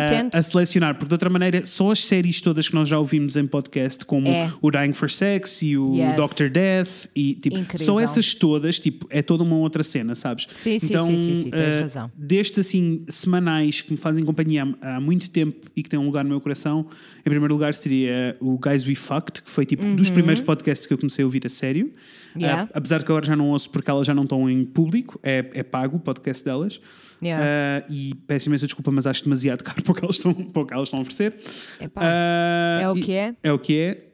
Entendo.
a, a selecionar. Porque de outra maneira, só as séries todas que nós já ouvimos em podcast, como
É.
o Dying for Sex e o
Yes.
Dr. Death, e tipo,
Incrível.
só essas todas, tipo, é toda uma outra cena, sabes?
Sim, sim,
então,
sim, sim, sim, tens
uh,
razão.
Destes assim, semanais que me fazem companhia há, há muito tempo e que têm um lugar no meu coração, em primeiro lugar seria o Guys We Fucked, que foi tipo dos primeiros podcasts que eu comecei a ouvir a sério.
Uhum. Yeah.
Uh, apesar que agora já não ouço porque elas já não estão em público, é, é pago o podcast delas.
Yeah.
Uh, e peço imensa desculpa, mas acho demasiado caro para o que elas estão, para o que elas estão a oferecer.
Epá,
Uh,
é o
e-
que é.
É o que é.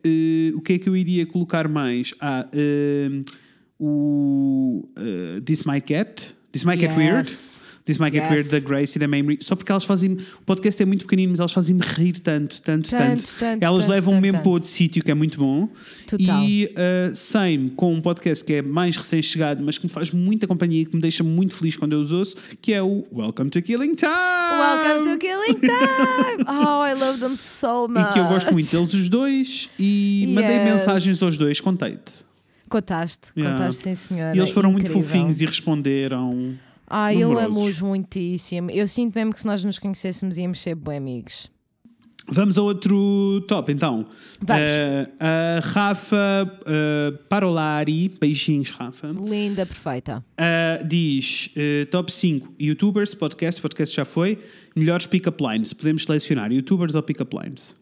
Uh, o que é que eu iria colocar mais? Ah, um, o uh, This Might Get. This Might Get
Yes.
Weird. This Might Get
Yes.
Weird, da Grace e da Memory. Só porque elas fazem. O podcast é muito pequenino, mas elas fazem-me rir tanto, tanto, tanto.
Tanto, tanto,
elas
tanto,
levam-me
tanto,
mesmo para
tanto.
outro sítio que é muito bom.
Total.
E uh, Same, com um podcast que é mais recém-chegado, mas que me faz muita companhia e que me deixa muito feliz quando eu os ouço, que é o Welcome to Killing Time!
Welcome to Killing Time! Oh, I love them so much.
E que eu gosto muito deles os dois e mandei
Yes.
mensagens aos dois, contei-te.
Contaste,
Yeah.
contaste, sim, senhora.
E eles foram muito
Incrível.
fofinhos e responderam.
Ai, eu
Numerosos.
amo-os Ah, muitíssimo. Eu sinto mesmo que se nós nos conhecêssemos íamos ser bem amigos.
Vamos a outro top, então.
Vamos.
Eh, a Rafa eh, Parolari, beijinhos, Rafa.
Linda, perfeita.
Uh, diz uh, top 5 youtubers, podcast, podcast já foi, melhores pick-up lines. Podemos selecionar youtubers ou pick-up lines.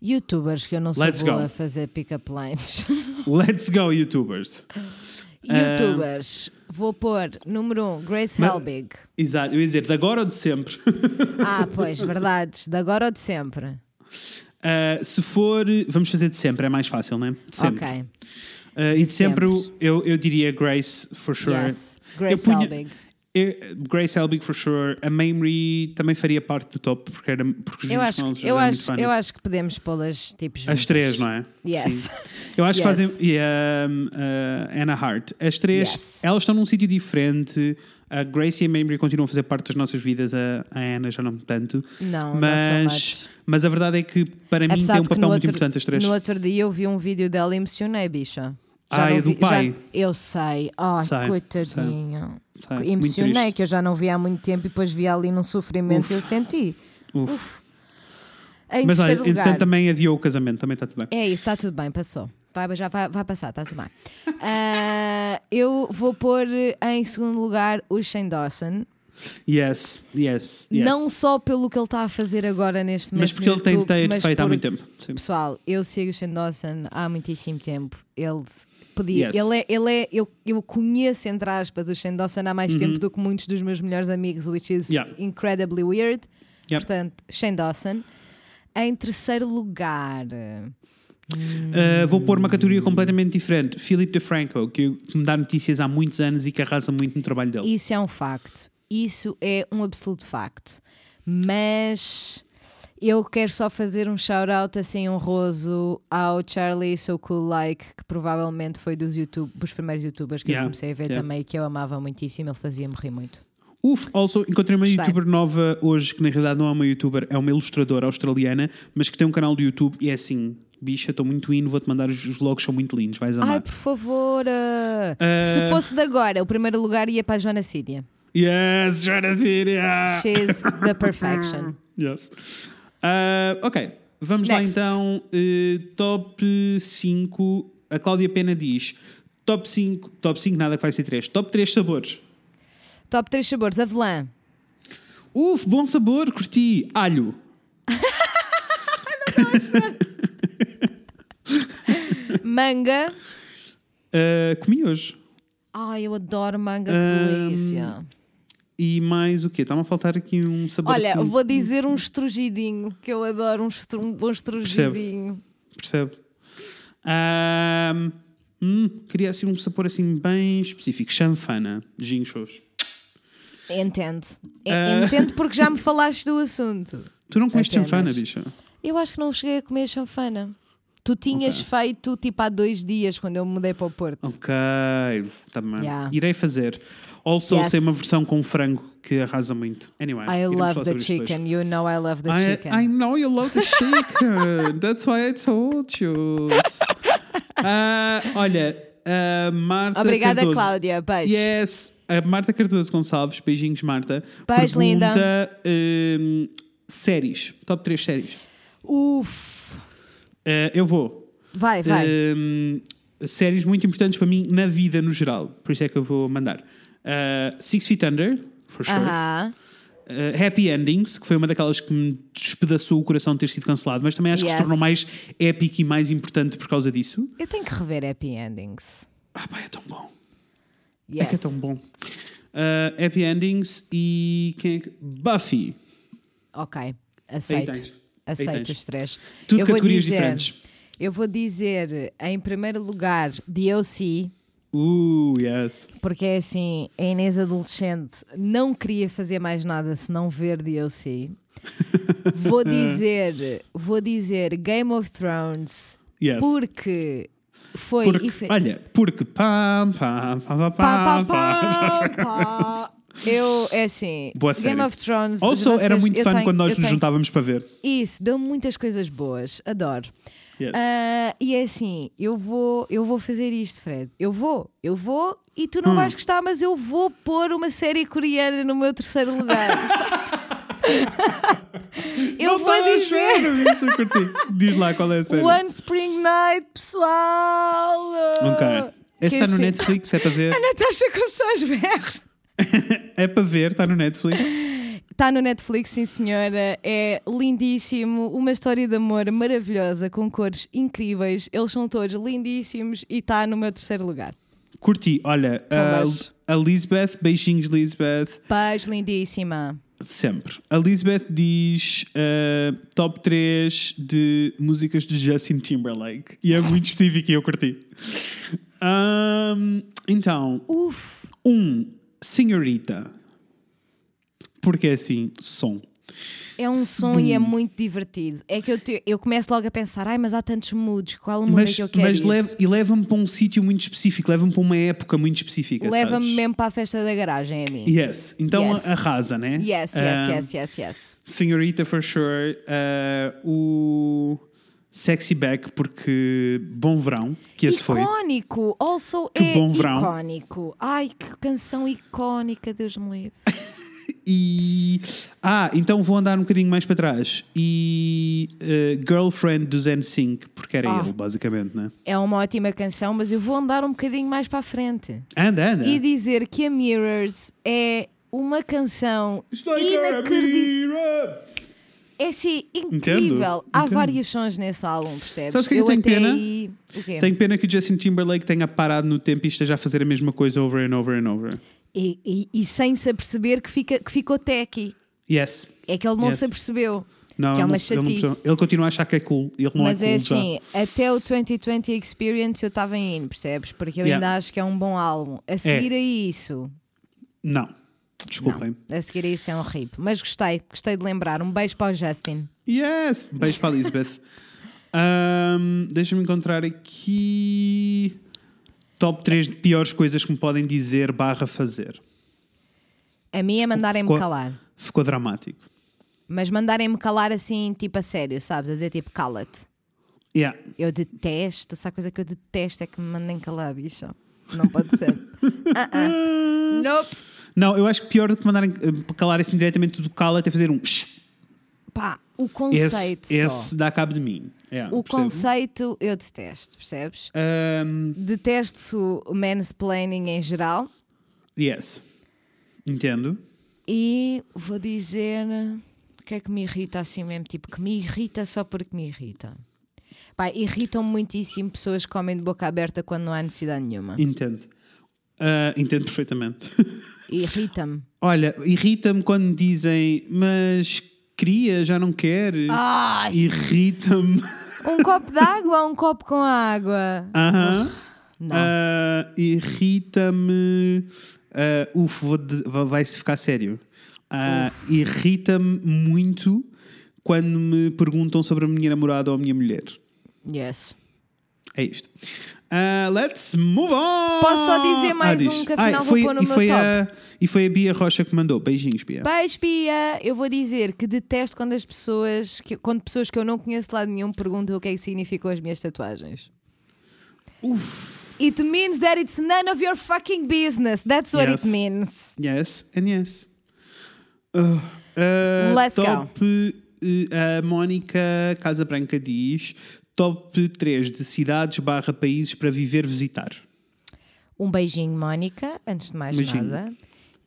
Youtubers, que eu não sou
Let's
boa
go.
a fazer pick-up lines.
Let's go, youtubers. Eh,
Youtubers, vou pôr número 1, um, Grace
Mas-
Helbig.
Exato, eu ia dizer de agora ou de sempre.
Ah, pois, verdades, de agora ou de sempre?
Uh, se for, vamos fazer de sempre, é mais fácil, né? De sempre.
Ok.
Uh, e de sempre,
sempre.
Eu, eu diria Grace, for sure.
Yes, Grace
eu punha-
Helbig.
eu- Grace Helbig, for sure. A Memory também faria parte do top, porque, era, porque os
Eu
vídeos
acho,
com elas
eu,
eram muito
acho,
funny.
eu acho que podemos pô-las tipo
As
juntas.
três, não é?
Yes.
Sim. Eu acho que
Yes.
fazem. E a a Anna Hart. As três,
Yes.
elas estão num sítio diferente. A Grace e a Memory continuam a fazer parte das nossas vidas. A, a Anna já não tanto.
Não, not so
mas,
much.
mas a verdade é que para mim
Apesar
tem um
de que
papel
no
muito
outro-
importante as três.
No outro dia eu vi um vídeo dela e emocionei, bicha.
Ah,
não
é do
vi-
pai?
eu sei. Ai,
Sei,
coitadinho.
sei. Tá, Muito
Emocionei,
triste.
que eu já não vi há muito tempo e depois vi ali num sofrimento
Uf.
e eu senti.
Uf.
Em
Mas olha,
terceiro lugar,
entretanto também adiou o casamento, também está tudo bem.
É isso, está tudo bem, passou. Vai, já vai, vai passar, está tudo bem. Ah, eu vou pôr em segundo lugar o Shane Dawson.
Yes, yes, yes.
É. Não só pelo que ele está a fazer agora neste momento.
mas porque
no
ele tem
YouTube,
ter
mas
feito há
por-
muito tempo. Sim.
Pessoal, eu sigo o Shane Dawson há muitíssimo tempo. Ele podia.
Yes.
Ele é, ele é, eu, eu conheço, entre aspas, o Shane Dawson há mais tempo do que muitos dos meus melhores amigos, which is
Uhum. Yeah.
incredibly weird.
Yep.
Portanto, Shane Dawson. Em terceiro lugar,
Uh, vou pôr uma categoria completamente diferente. Philip DeFranco, que que me dá notícias há muitos anos e que arrasa muito no trabalho dele.
isso é um facto. Isso é um absoluto facto. Mas eu quero só fazer um shout-out assim honroso ao Charlie So Cool Like, que provavelmente foi dos, YouTube, dos primeiros youtubers que
Yeah,
eu comecei a ver
yeah.
também e que eu amava muitíssimo. Ele fazia-me rir muito.
Uf, also, encontrei uma
Gostei.
youtuber nova hoje, que na realidade não é uma youtuber, é uma ilustradora australiana, mas que tem um canal do YouTube e é assim, bicha, estou muito hino, vou-te mandar os os vlogs, são muito lindos, vais amar. Eh,
Ai, por favor. ah. Se fosse de agora, o primeiro lugar ia para a Joana Síria.
Yes, Joana Síria!
She's the perfection.
Yes. Ah, ok, vamos lá
Next.
então. eh, top 5. A Cláudia Pena diz: top 5, top 5, nada que vai ser 3. Top 3 sabores.
Top 3 sabores: avelã.
Uf, bom sabor, curti. Alho.
Manga.
Ah, comi hoje.
Ai, eu adoro manga, que delícia.
E mais o quê? Está-me a faltar aqui um sabor
Olha,
assim,
vou dizer um estrugidinho, que eu adoro um, estru- um bom estrugidinho.
Percebe? Ahm, hum, queria assim um sabor assim bem específico. Chanfana. Gin shows.
Entendo. E-
Ah.
Entendo porque já me falaste do assunto.
Tu não comeste
Apenas.
chanfana, bicha?
Eu acho que não cheguei a comer chanfana. Tu tinhas feito tipo há dois dias quando eu me mudei para o Porto.
Ok, tá bem.
Yeah.
Irei fazer. Also,
Yes.
sei uma versão com frango que arrasa muito. Anyway,
I
iremos falar
love the
sobre Ah, isto depois.
chicken. You know I love the
I,
chicken.
I know you love the chicken. That's why I told you. Ah, olha, a Marta.
Obrigada,
Cardoso.
Cláudia. Beijo.
Yes, a Marta Cardoso Gonçalves, beijinhos, Marta.
Beijo,
pergunta,
linda.
hum, séries, top 3 séries.
Uf.
Eh, eu vou.
Vai, vai.
Hum, séries muito importantes para mim na vida no geral, por isso é que eu vou mandar. Ah, Six Feet Under, for sure.
Aham.
Uh, Happy Endings, que foi uma daquelas que me despedaçou o coração de ter sido cancelado, mas também acho que
Yes.
se tornou mais épico e mais importante por causa disso.
Eu tenho que rever Happy Endings.
Ah, pá, é tão bom. É
Yes.
que é tão bom. Uh, happy Endings e quem é que. Buffy.
Ok. Aceito.
tens. Aí
Aceito
tens.
os três.
Tudo
Eu vou
categorias
dizer-
diferentes.
Eu vou dizer, em primeiro lugar, The O.C.,
Uh, yes.
porque é assim, a Inês adolescente não queria fazer mais nada se não ver The O.C. Vou dizer, vou dizer Game of Thrones,
Yes.
porque foi...
Porque,
efe-
olha, porque pam, pam, pam, pam,
Pá,
pam,
pá,
pá.
pá, pá. Eu, é assim,
Boa
Game
série.
of Thrones.
Also,
vocês-
era muito
eu
fã
tenho-
quando nós
eu
nos
tenho-
juntávamos para ver.
Isso, deu muitas coisas boas, adoro.
Yes.
Ah, e é assim, eu vou, eu vou fazer isto, Fred. Eu vou, eu vou e tu
Hum.
não vais gostar, mas eu vou pôr uma série coreana no meu terceiro lugar. eu
Não
vou
estava à
dizer
espera, bicho, eu curti. Diz lá qual é a série.
One Spring Night, pessoal.
Ok. Esse
Que
está é. no
assim-
Netflix, é para ver.
A Natasha começou aos berros.
É para ver, está no Netflix.
Está Tá no Netflix, sim senhora. É lindíssimo. Uma história de amor maravilhosa, com cores incríveis. Eles são todos lindíssimos e está no meu terceiro lugar.
Curti, olha,
Então
a,
baixo.
a Lisbeth, beijinhos Lisbeth,
Paz lindíssima.
sempre. A Lisbeth diz eh, top 3 de músicas de Justin Timberlake. E é muito específico e eu curti. Ahm, então,
Uf,
um, Senhorita. Porque é assim, som.
é um som e é muito divertido. É que eu, te- eu começo logo a pensar, ai, mas há tantos moods, qual mood é
Mas,
que eu quero?
mas
ir?"
leva- e leva-me para um sítio muito específico, leva-me para uma época muito específica.
Leva-me
sabes?
mesmo para a festa da garagem, a mim.
Yes, então
Yes.
arrasa, né?
Yes,
Ahm,
yes, yes, yes, yes.
Senhorita for sure, eh, o Sexy Back, porque bom verão, que esse foi.
Icónico, also
Que
é
bom verão.
icónico. Ai, que canção icónica, Deus me livre.
E. Ah, então vou andar um bocadinho mais para trás. E. eh, Girlfriend do NSYNC, porque era
Ah.
ele, basicamente, né?
É uma ótima canção, mas eu vou andar um bocadinho mais para a frente
Anda, anda.
e dizer que a Mirrors é uma canção inacreditável. É sim, incrível. Há
entendo.
vários sons nesse álbum, percebes?
Sabes o que é que eu tenho
até
pena?
aí- O quê?
Tenho pena que o Justin Timberlake tenha parado no tempo e esteja a fazer a mesma coisa over and over and over.
E, e- e sem se aperceber que, fica, que ficou techie.
Yes.
É que ele não
Yes.
se apercebeu.
Não,
que
ele, não-
é uma
ele, não
chatice.
percebeu. ele continua a achar que é cool. Ele não
Mas
é cool
é
já.
assim, até o 2020 Experience eu estava em, percebes? Porque eu
Yeah.
ainda acho que é um bom álbum. A seguir a isso,
Não. Desculpem.
a seguir a isso é um rip. Mas gostei, gostei de lembrar. Um beijo para o Justin.
Yes! Beijo para a Elizabeth. Ahm, Deixa-me encontrar aqui. Top 3 de piores coisas que me podem dizer barra fazer.
A mim é mandarem-me
Ficou-
calar.
Ficou dramático.
Mas mandarem-me calar assim, tipo a sério, sabes? A dizer tipo cala-te.
Yeah.
Eu detesto, sabe a coisa que eu detesto é que me mandem calar, bicho. Não pode ser. ah, ah. Nope.
Não, eu acho que pior do que mandarem eh, calar assim diretamente do cala até fazer um shh.
Pá, o Um conceito
esse,
só.
esse dá cabo de mim. Yeah,
O
percebo.
conceito eu detesto, percebes?
Ahm,
Detesto o mansplaining em geral
yes. Entendo.
e vou dizer o que é que me irrita assim mesmo, tipo, que me irrita só porque me irrita. Pá, irritam muitíssimo pessoas que comem de boca aberta quando não há necessidade nenhuma.
Entendo. Ah, entendo perfeitamente.
Irrita-me.
Olha, irrita-me quando me dizem, mas queria, já não quer.
Ah, Ai!
Irrita-me.
Um copo de água ou um copo com água?
Aham.
Não.
Ah, irrita-me. ah, uf, vou de- va- vai-se ficar sério. Ah, irrita-me muito quando me perguntam sobre a minha namorada ou a minha mulher.
Yes.
É isto. Ah, let's move on! Ah,
Posso só dizer mais
diz.
um que
Ai,
afinal vou
foi,
pôr no
e
meu
foi
top.
A, e foi a Bia Rocha que mandou. Beijinhos, Bia.
Beijo, Pia! Eu vou dizer que detesto quando as pessoas, que, quando pessoas que eu não conheço de lado nenhum perguntam o que é que significam as minhas tatuagens. It means that it's none of your fucking business. That's what
Yes.
it means.
Yes and yes. Uh, uh,
Let's go.
top, uh, a Mónica Casa Branca diz top 3 de cidades barra países para viver visitar.
Um beijinho, Mónica, antes de mais
Um Beijinho.
nada.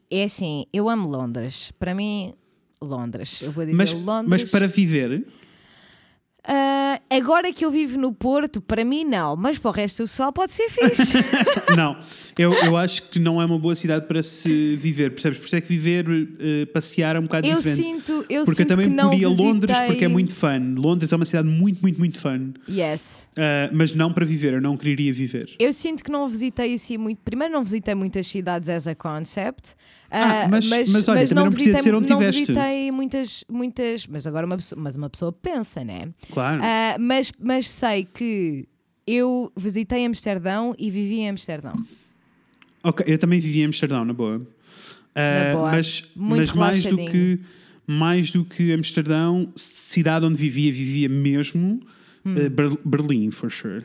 É assim, eu amo Londres. Para mim, Londres. Eu vou dizer
Mas,
Londres.
mas para viver,
Ah, agora que eu vivo no Porto, para mim não, mas para o resto do sol pode ser fixe.
não. Eu, eu acho que não é uma boa cidade para se viver, percebes? Por isso é que viver, uh, passear é um bocado
eu
diferente.
sinto, eu
porque eu
sinto
também
que não
poria
visitei...
Londres porque é muito fun. Londres é uma cidade muito, muito, muito fun.
Yes.
Uh, mas não para viver, eu não queria viver.
Eu sinto que não visitei assim muito. Primeiro, não visitei muitas cidades as a concept.
Ah,
ah,
mas- mas olha, também não precisa
visitei-
dizer onde
não
tiveste.
visitei muitas, muitas. Mas agora uma pessoa, mas uma pessoa pensa, né?
Claro.
Ah, mas, mas sei que eu visitei Amsterdão e vivi em Amsterdão.
Ok, eu também vivi em Amsterdão, na boa. Ah,
boa.
Mas,
Muito
mas mais do
relaxadinho.
que mais do que Amsterdão, cidade onde vivia, vivia mesmo.
Hum.
ah, Ber- Berlim, for sure.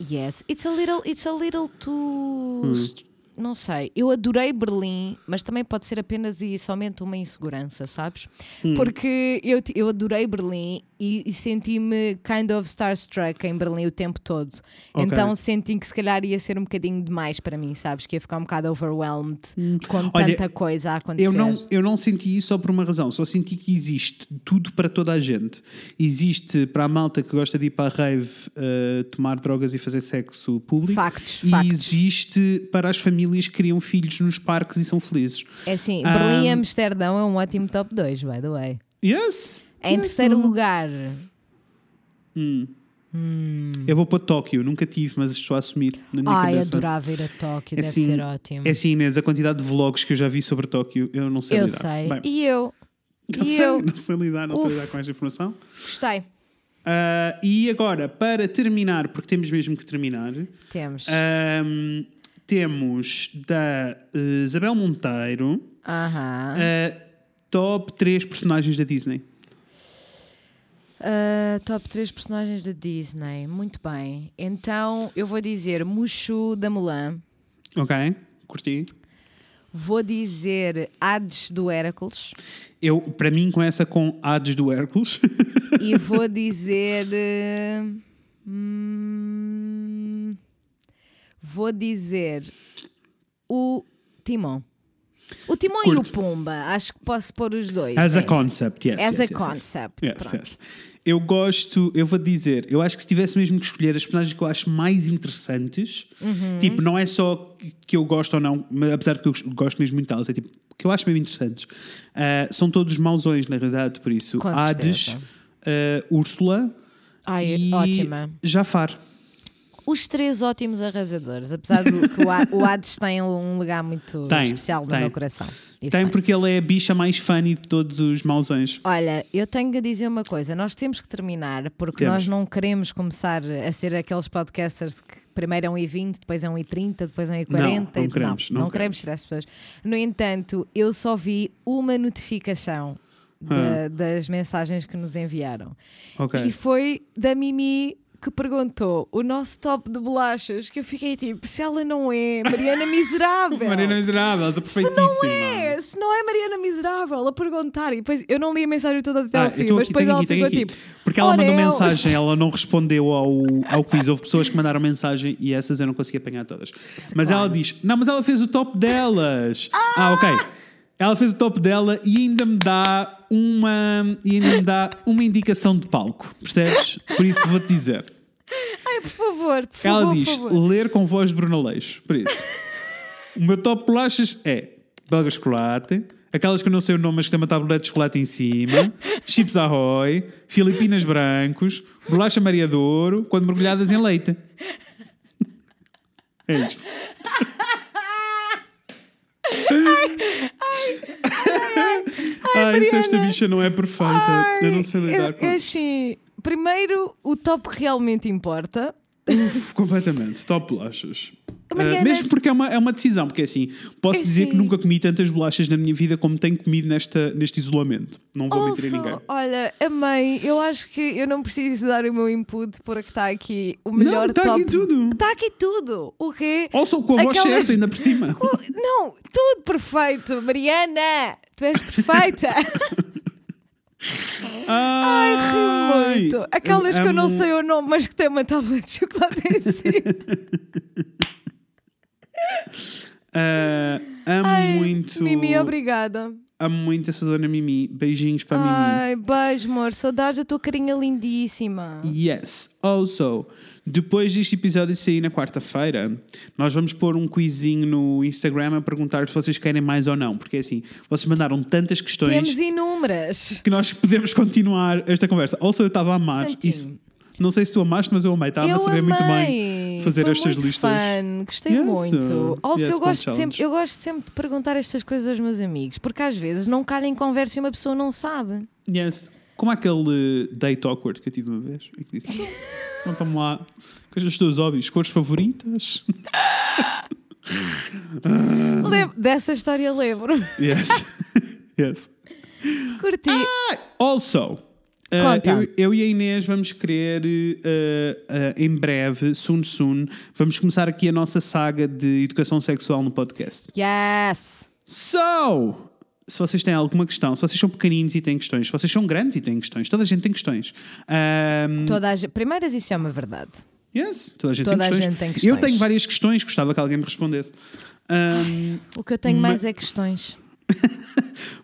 Yes, it's a little, it's a little too.
Hum.
st- Não sei, eu adorei Berlim, mas também pode ser apenas e somente uma insegurança, sabes?
Hum.
Porque eu, ti- eu adorei Berlim e, e senti-me kind of starstruck em Berlim o tempo todo.
Ok.
Então senti que se calhar ia ser um bocadinho demais para mim, sabes? Que ia ficar um bocado overwhelmed com
Hum. Olha,
tanta coisa a acontecer.
Eu não, eu não senti isso só por uma razão, só senti que existe tudo para toda a gente. Existe para a malta que gosta de ir para a rave ah, tomar drogas e fazer sexo público.
Factos,
e
factos.
existe para as famílias que criam filhos nos parques e são felizes.
É assim,
Ah,
Berlim e Amsterdão é um ótimo top 2, by the way.
Yes!
É Em
yes,
terceiro
não-
lugar,
Eu vou para Tóquio, nunca tive, mas estou a assumir na minha
ai,
cabeça.
adorava ir a Tóquio,
É
deve
assim-
ser ótimo.
É assim, Inês, a quantidade de vlogs que eu já vi sobre Tóquio, eu não sei
Eu
lidar.
sei.
assim, Bem,
e eu.
não,
e
sei
eu
não sei lidar, não sei
Uf.
lidar com esta informação.
gostei.
Ah, e agora, para terminar, porque temos mesmo que terminar,
Temos.
ahm, temos da eh, Isabel Monteiro
Aham.
ah, top 3 personagens da Disney.
Ah, top 3 personagens da Disney. Muito bem. Então eu vou dizer Mushu da Mulan.
Ok? Curti.
Vou dizer Hades do Hércules.
Eu, para mim, começa com Hades do Hércules.
e vou dizer. eh, hum, vou dizer o Timão. O Timão e o
Curto.
Pumba. Acho que posso pôr os dois.
As a
é.
concept, yes.
As
yes,
a
yes, yes.
concept,
Yes,
pronto.
yes. Eu gosto, eu vou dizer, eu acho que se tivesse mesmo que escolher as personagens que eu acho mais interessantes,
Uhum.
tipo, não é só que- que eu gosto ou não, mas apesar de que eu gos- gosto mesmo muito delas, é tipo, que eu acho mesmo interessantes, ah, são todos mausões, na realidade, por isso.
Com
Hades,
certeza.
ah, Úrsula
Ai,
e
ótima.
Jafar.
Os três ótimos arrasadores, apesar do que o A- o Hades tem um lugar muito
Tem,
especial no
tem.
meu coração. Isso
Tem
tem.
porque ele é a bicha mais funny de todos os mausões.
Olha, eu tenho que dizer uma coisa, nós temos que terminar porque
Temos.
nós não queremos começar a ser aqueles podcasters que primeiro é um i20, depois é um i30, depois é um i40.
Não, não queremos,
não,
não
queremos tirar as pessoas. No entanto, eu só vi uma notificação da- das mensagens que nos enviaram
Ah. Ok.
e foi da Mimi que perguntou o nosso top de bolachas, que eu fiquei tipo, se ela não é Mariana Miserável.
Mariana Miserável, és a
Tá se
perfeitíssima.
não é, se não é Mariana Miserável, a perguntar. E depois eu não li a mensagem toda até
Ah,
ao
eu
fim,
estou
Então, mas
aqui,
depois
tenho
ela
aqui, tenho
ficou
aqui.
tipo.
Porque ela mandou
"Orelhas."
mensagem, ela não respondeu ao, ao quiz. Houve pessoas que mandaram mensagem e essas eu não consegui apanhar todas. Mas ela diz: Não, mas ela fez o top delas. Ah, ok. Ela fez o top dela e ainda me dá uma e ainda me dá uma indicação de palco, percebes? Por isso vou-te dizer.
Ai, por favor, por favor.
Ela
por
diz:
favor.
ler com voz de Bruno Leixo. Por isso. o meu top bolachas é belgas de chocolate, aquelas que eu não sei o nome, mas que tem uma tableta de chocolate em cima, chips Ahoy, Filipinas brancos, bolacha Maria de Ouro, quando mergulhadas em leite. É isto. Ai, se esta
Mariana.
bicha não é perfeita, eu não sei lidar
eu-
com
é
isto.
assim, primeiro, o top realmente importa.
Uf, completamente, top bolachas. Ah,
Mariana-
mesmo porque é uma, é uma decisão, porque assim, posso
É
dizer que
sim.
nunca comi tantas bolachas na minha vida como tenho comido nesta, neste isolamento. Não vou mentir a
Also,
ninguém.
Olha, amei. Eu acho que eu não preciso dar o meu input porque está tá aqui o
Não,
melhor
está
top.
aqui tudo.
Está aqui tudo. O quê?
Also, com a voz
Aquela-
certa, ainda por cima.
Co- Não, tudo perfeito. Mariana, tu és perfeita. Ai, ri muito. Aquelas que eu não
amo-
sei o nome, mas que tem uma tábua de chocolate em cima.
Ah, amo
Ai,
muito.
Mimi, obrigada.
Amo muito a sua dona Mimi. Beijinhos para a Mimi.
Ai, beijo, amor. Saudades da tua carinha lindíssima.
Yes. Also, depois deste episódio sair na quarta-feira, nós vamos pôr um quizinho no Instagram a perguntar se vocês querem mais ou não. Porque assim, vocês mandaram tantas questões
Temos inúmeras.
que nós podemos continuar esta conversa. Also, eu estava a amar
Santinho.
isso. Não sei se tu amaste, mas eu amei. Estava
eu
a saber
amei.
muito bem fazer
Foi
estas
muito
listas.
Fun. Gostei
Yes,
muito.
uh,
Also,
yes,
eu,
fun
gosto
challenge.
sempre, eu gosto sempre de perguntar estas coisas aos meus amigos, porque às vezes não calha em conversa e uma pessoa não sabe.
Yes. Como aquele eh, date awkward que eu tive uma vez e que disse: "Então, Então estamos lá, quais os teus hobbies? Cores favoritas? Ah.
Lembro- dessa história lembro.
Yes. yes.
Curti.
Ah. Also, eh,
Conta.
eu, eu e a Inês vamos querer, eh, eh, em breve, soon soon, vamos começar aqui a nossa saga de educação sexual no podcast.
Yes!
So, se vocês têm alguma questão, se vocês são pequeninos e têm questões, se vocês são grandes e têm questões, toda a gente tem questões. Ahm,
Toda a, ge- primeiras, isso é uma verdade.
yes, toda a gente,
Toda
tem,
a
questões.
gente tem questões.
Eu tenho várias questões, gostava que alguém me respondesse. Ahm,
O que eu tenho mais é questões.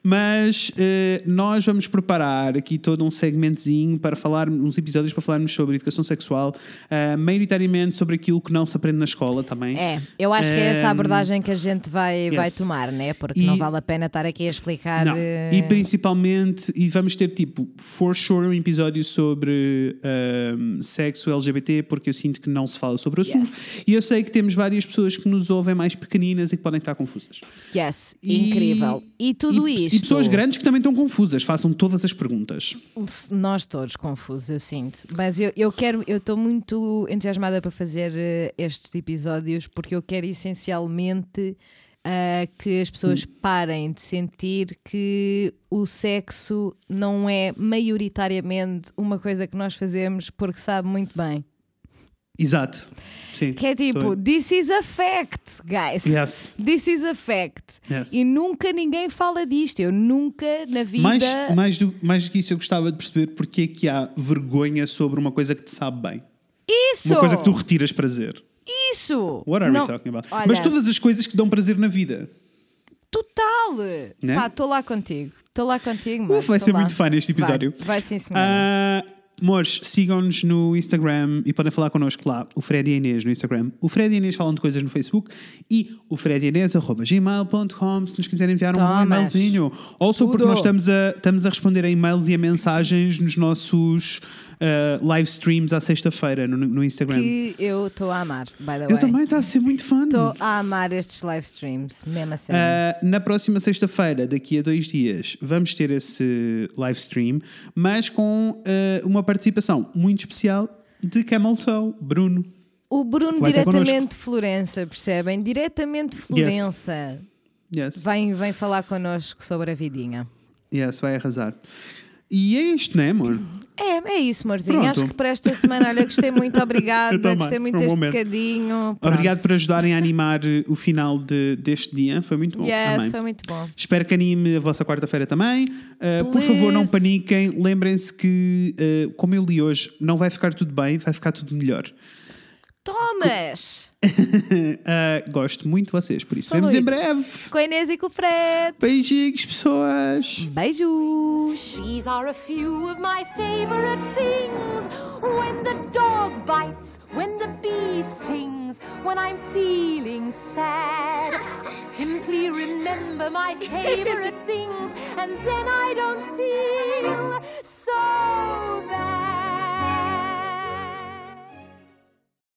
mas eh, nós vamos preparar aqui todo um segmentozinho para falar, uns episódios para falarmos sobre educação sexual, ah, maioritariamente sobre aquilo que não se aprende na escola também.
É, eu acho que é essa a
Ahm,
abordagem que a gente vai, vai
Ehm, yes.
tomar, né? Porque
E-
não vale a pena estar aqui a explicar.
Não.
eh,
E principalmente, e vamos ter tipo, for sure, um episódio sobre ahm, sexo LGBT, porque eu sinto que não se fala sobre o assunto. E eu sei que temos várias pessoas que nos ouvem mais pequeninas e que podem estar confusas.
Yes,
E-
incrível. E tudo
e,
isto.
E pessoas grandes que também estão confusas, façam todas as perguntas.
Nós todos confusos, eu sinto. Mas eu, eu quero, eu estou muito entusiasmada para fazer eh, estes episódios porque eu quero essencialmente ah, que as pessoas
Hum.
parem de sentir que o sexo não é maioritariamente uma coisa que nós fazemos porque sabe muito bem.
Exato. Sim.
Que é tipo,
Estou-
this is a fact, guys.
Yes.
This is a fact.
Yes.
E nunca ninguém fala disto. Eu nunca na vida.
Mais, mais, do, mais do que isso, eu gostava de perceber porque é que há vergonha sobre uma coisa que te sabe bem.
Isso!
Uma coisa que tu retiras prazer.
Isso!
What are
Não-
we talking about?
Olha,
Mas todas as coisas que dão prazer na vida.
Total!
Né?
Pá, estou lá contigo. Estou lá contigo, mano.
Uf, vai
Tô
ser
lá.
muito fã este episódio.
Vai, vai sim, senhor.
Ah, Amores, sigam-nos no Instagram e podem falar connosco lá, o Fred e a Inês no Instagram. O Fred e a Inês falam de coisas no Facebook e o Fred e a Inês, arroba gmail.com, se nos quiserem enviar um bom
Tomas.
e-mailzinho. Ou só porque
Tudo.
nós estamos a, estamos a responder a e-mails e a mensagens nos nossos ah, live streams à sexta-feira no, no Instagram.
que eu estou a amar, by the way.
Eu também, está a ser muito fã.
Estou a amar estes live streams, mesmo assim.
Uh, na próxima sexta-feira, daqui a dois dias, vamos ter esse live stream, mas com uh, uma participação muito especial de Camel Toe, Bruno.
o Bruno
vai ter
diretamente
connosco.
de Florença, percebem? Diretamente de Florença.
Yes,
Vem, vem falar connosco sobre a vidinha.
yes vai arrasar. E é isto, não é, amor?
É, é isso, Morzinho.
Pronto.
Acho que para esta semana, olha, gostei muito, obrigada.
Eu também,
gostei muito
foi um
deste
momento.
bocadinho. Pronto.
Obrigado por ajudarem a animar eh, o final de- deste dia. Foi muito bom.
Yes,
Amém.
foi muito bom.
Espero que anime a vossa quarta-feira também. Uh, por
Please.
favor, não paniquem. Lembrem-se que, uh, como eu li hoje, não vai ficar tudo bem, vai ficar tudo melhor.
Thomas!
Uh, gosto muito de vocês, por isso.
Falou
Vemos em
isso.
breve.
Com a Inês e com o Fred.
Beijinhos, pessoas.
Beijos!
These are a few of my favorite things. When the dog bites, when the bee stings, when I'm feeling sad. Simply remember my favorite things, and then I don't feel so bad.